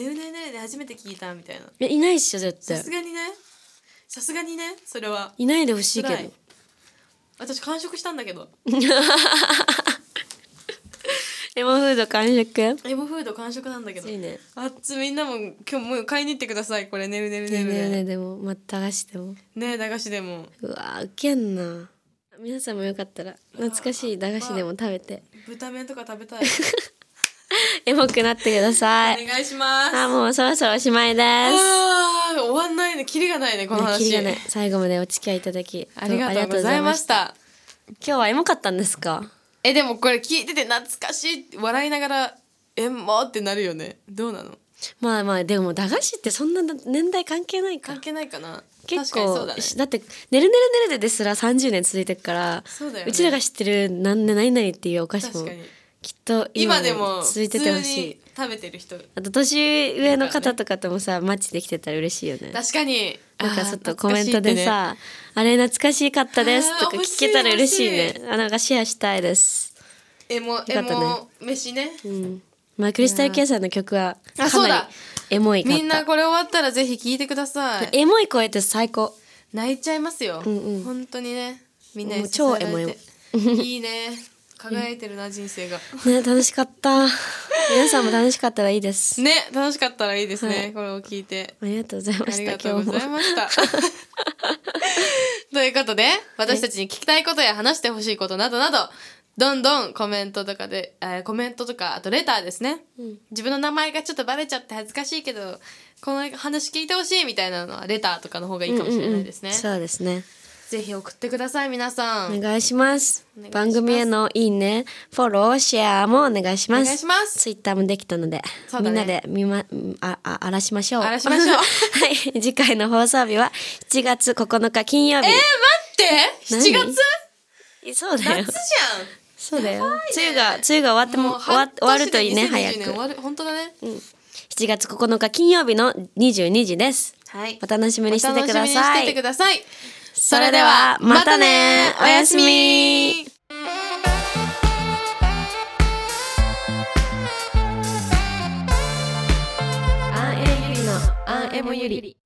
Speaker 1: るねるねるね初めて聞いたみたいな
Speaker 2: えいないっしょ絶
Speaker 1: さ
Speaker 2: 対
Speaker 1: すがにねさすがにねそれはい
Speaker 2: ないでほしいけ
Speaker 1: 辛い
Speaker 2: ど
Speaker 1: 私完食したんだけど
Speaker 2: エモフード完食
Speaker 1: エモフード完食なんだけど
Speaker 2: いいね
Speaker 1: あっつみんなも今日もう買いに行ってくださいこれねるねるね
Speaker 2: ね
Speaker 1: る
Speaker 2: ね
Speaker 1: ね
Speaker 2: ねでもまた駄菓子でも
Speaker 1: ね駄菓子で も
Speaker 2: うわウケんな皆さんもよかったら懐かしい駄菓子でも食べて
Speaker 1: 豚麺とか食べたい
Speaker 2: エモくなってください
Speaker 1: お願いします
Speaker 2: あもうそろそろおしまいです
Speaker 1: あー終わんないねキリがないねこの話
Speaker 2: 切りがない最後までお付き合いいただき
Speaker 1: ありがとうございまし
Speaker 2: あ
Speaker 1: た
Speaker 2: りがとうございました今日はエモかったんですか
Speaker 1: えでもこれ聞いてて懐かしい笑いながら「えもう」ってなるよねどうなの
Speaker 2: まあまあでも駄菓子ってそんな年代関係ないか
Speaker 1: 関係ないかな
Speaker 2: 結
Speaker 1: 確かに
Speaker 2: 構
Speaker 1: そうだね
Speaker 2: だって「ねるねるねるで」ですら30年続いてるから
Speaker 1: そうだよね
Speaker 2: ちらが知ってる「何々何々」っていうお菓子
Speaker 1: 確
Speaker 2: も
Speaker 1: かに
Speaker 2: きっと
Speaker 1: 今
Speaker 2: 今
Speaker 1: で
Speaker 2: も
Speaker 1: も
Speaker 2: 続
Speaker 1: 普
Speaker 2: いててほ
Speaker 1: 通
Speaker 2: しい
Speaker 1: に食べてる人
Speaker 2: あと年上の方とかともさ、マッチできてたら嬉しいよね。
Speaker 1: 確かに
Speaker 2: なんか
Speaker 1: あー
Speaker 2: ちょっとコ
Speaker 1: 懐か
Speaker 2: メン
Speaker 1: しい
Speaker 2: ト
Speaker 1: ってね
Speaker 2: でさ、あれ懐かしかったですと
Speaker 1: あー
Speaker 2: か
Speaker 1: 欲しい
Speaker 2: 聞けたら嬉しいね
Speaker 1: 欲。
Speaker 2: あなんかシェアしたいです。
Speaker 1: エモ
Speaker 2: た
Speaker 1: エ
Speaker 2: ね
Speaker 1: モ飯ね
Speaker 2: うん。まあクリスタルケイさんの曲は
Speaker 1: あ
Speaker 2: か
Speaker 1: そ
Speaker 2: な
Speaker 1: うだ
Speaker 2: りエモいかった。
Speaker 1: みんなこれ終わったらぜひ聞いてください
Speaker 2: エモい声って最高。
Speaker 1: 泣いちゃいますよ
Speaker 2: んうん
Speaker 1: 本当にねみんな
Speaker 2: も
Speaker 1: に
Speaker 2: う
Speaker 1: 支えら
Speaker 2: 超
Speaker 1: れ
Speaker 2: エモエモ
Speaker 1: てい いね輝いてるな人生が
Speaker 2: ね楽しか った。皆さんも楽しかったらいいです。
Speaker 1: ね楽しかったらいいです
Speaker 2: は
Speaker 1: ね
Speaker 2: い
Speaker 1: これを聞いて
Speaker 2: ありがとうございま
Speaker 1: あ
Speaker 2: し
Speaker 1: り
Speaker 2: た。
Speaker 1: が
Speaker 2: 今日も
Speaker 1: とうござい ました。ということで私たちに聞きたいことや話してほしいことなどなどどんどんコメントとかで、えーコメントとかあとレターですね、自分の名前がちょっとバレちゃって恥ずかしいけどこの話聞いてほしいみたいなのはレターとかの方がいいかもしれないですね、
Speaker 2: そうですね。
Speaker 1: ぜひ送ってください皆さん、
Speaker 2: お願いします
Speaker 1: お願いします
Speaker 2: 番組へのいいねフォローシェアもお願いします
Speaker 1: お願いします
Speaker 2: ツイッターもできたので、
Speaker 1: そう
Speaker 2: み
Speaker 1: だね
Speaker 2: んなで見まああ荒らしましょう
Speaker 1: 荒らしましょう
Speaker 2: はい次回の放送日は7月9日金曜日
Speaker 1: えー、待って7
Speaker 2: 何
Speaker 1: 月
Speaker 2: えそうだよ
Speaker 1: 夏じ
Speaker 2: そうだよ
Speaker 1: やばいね
Speaker 2: 梅雨が梅雨が終わって
Speaker 1: ゃん
Speaker 2: も
Speaker 1: もう
Speaker 2: 終わ
Speaker 1: 半年
Speaker 2: 終わるといいね
Speaker 1: で2020
Speaker 2: 早
Speaker 1: 年
Speaker 2: く
Speaker 1: 終わる本当だね、
Speaker 2: 7月9日金曜日の22時です
Speaker 1: はい
Speaker 2: お楽しみにしててくだ
Speaker 1: お楽しみ
Speaker 2: さ
Speaker 1: にしてて
Speaker 2: い
Speaker 1: ください
Speaker 2: それではまたねおやすみアンエイユリのアンエモユリ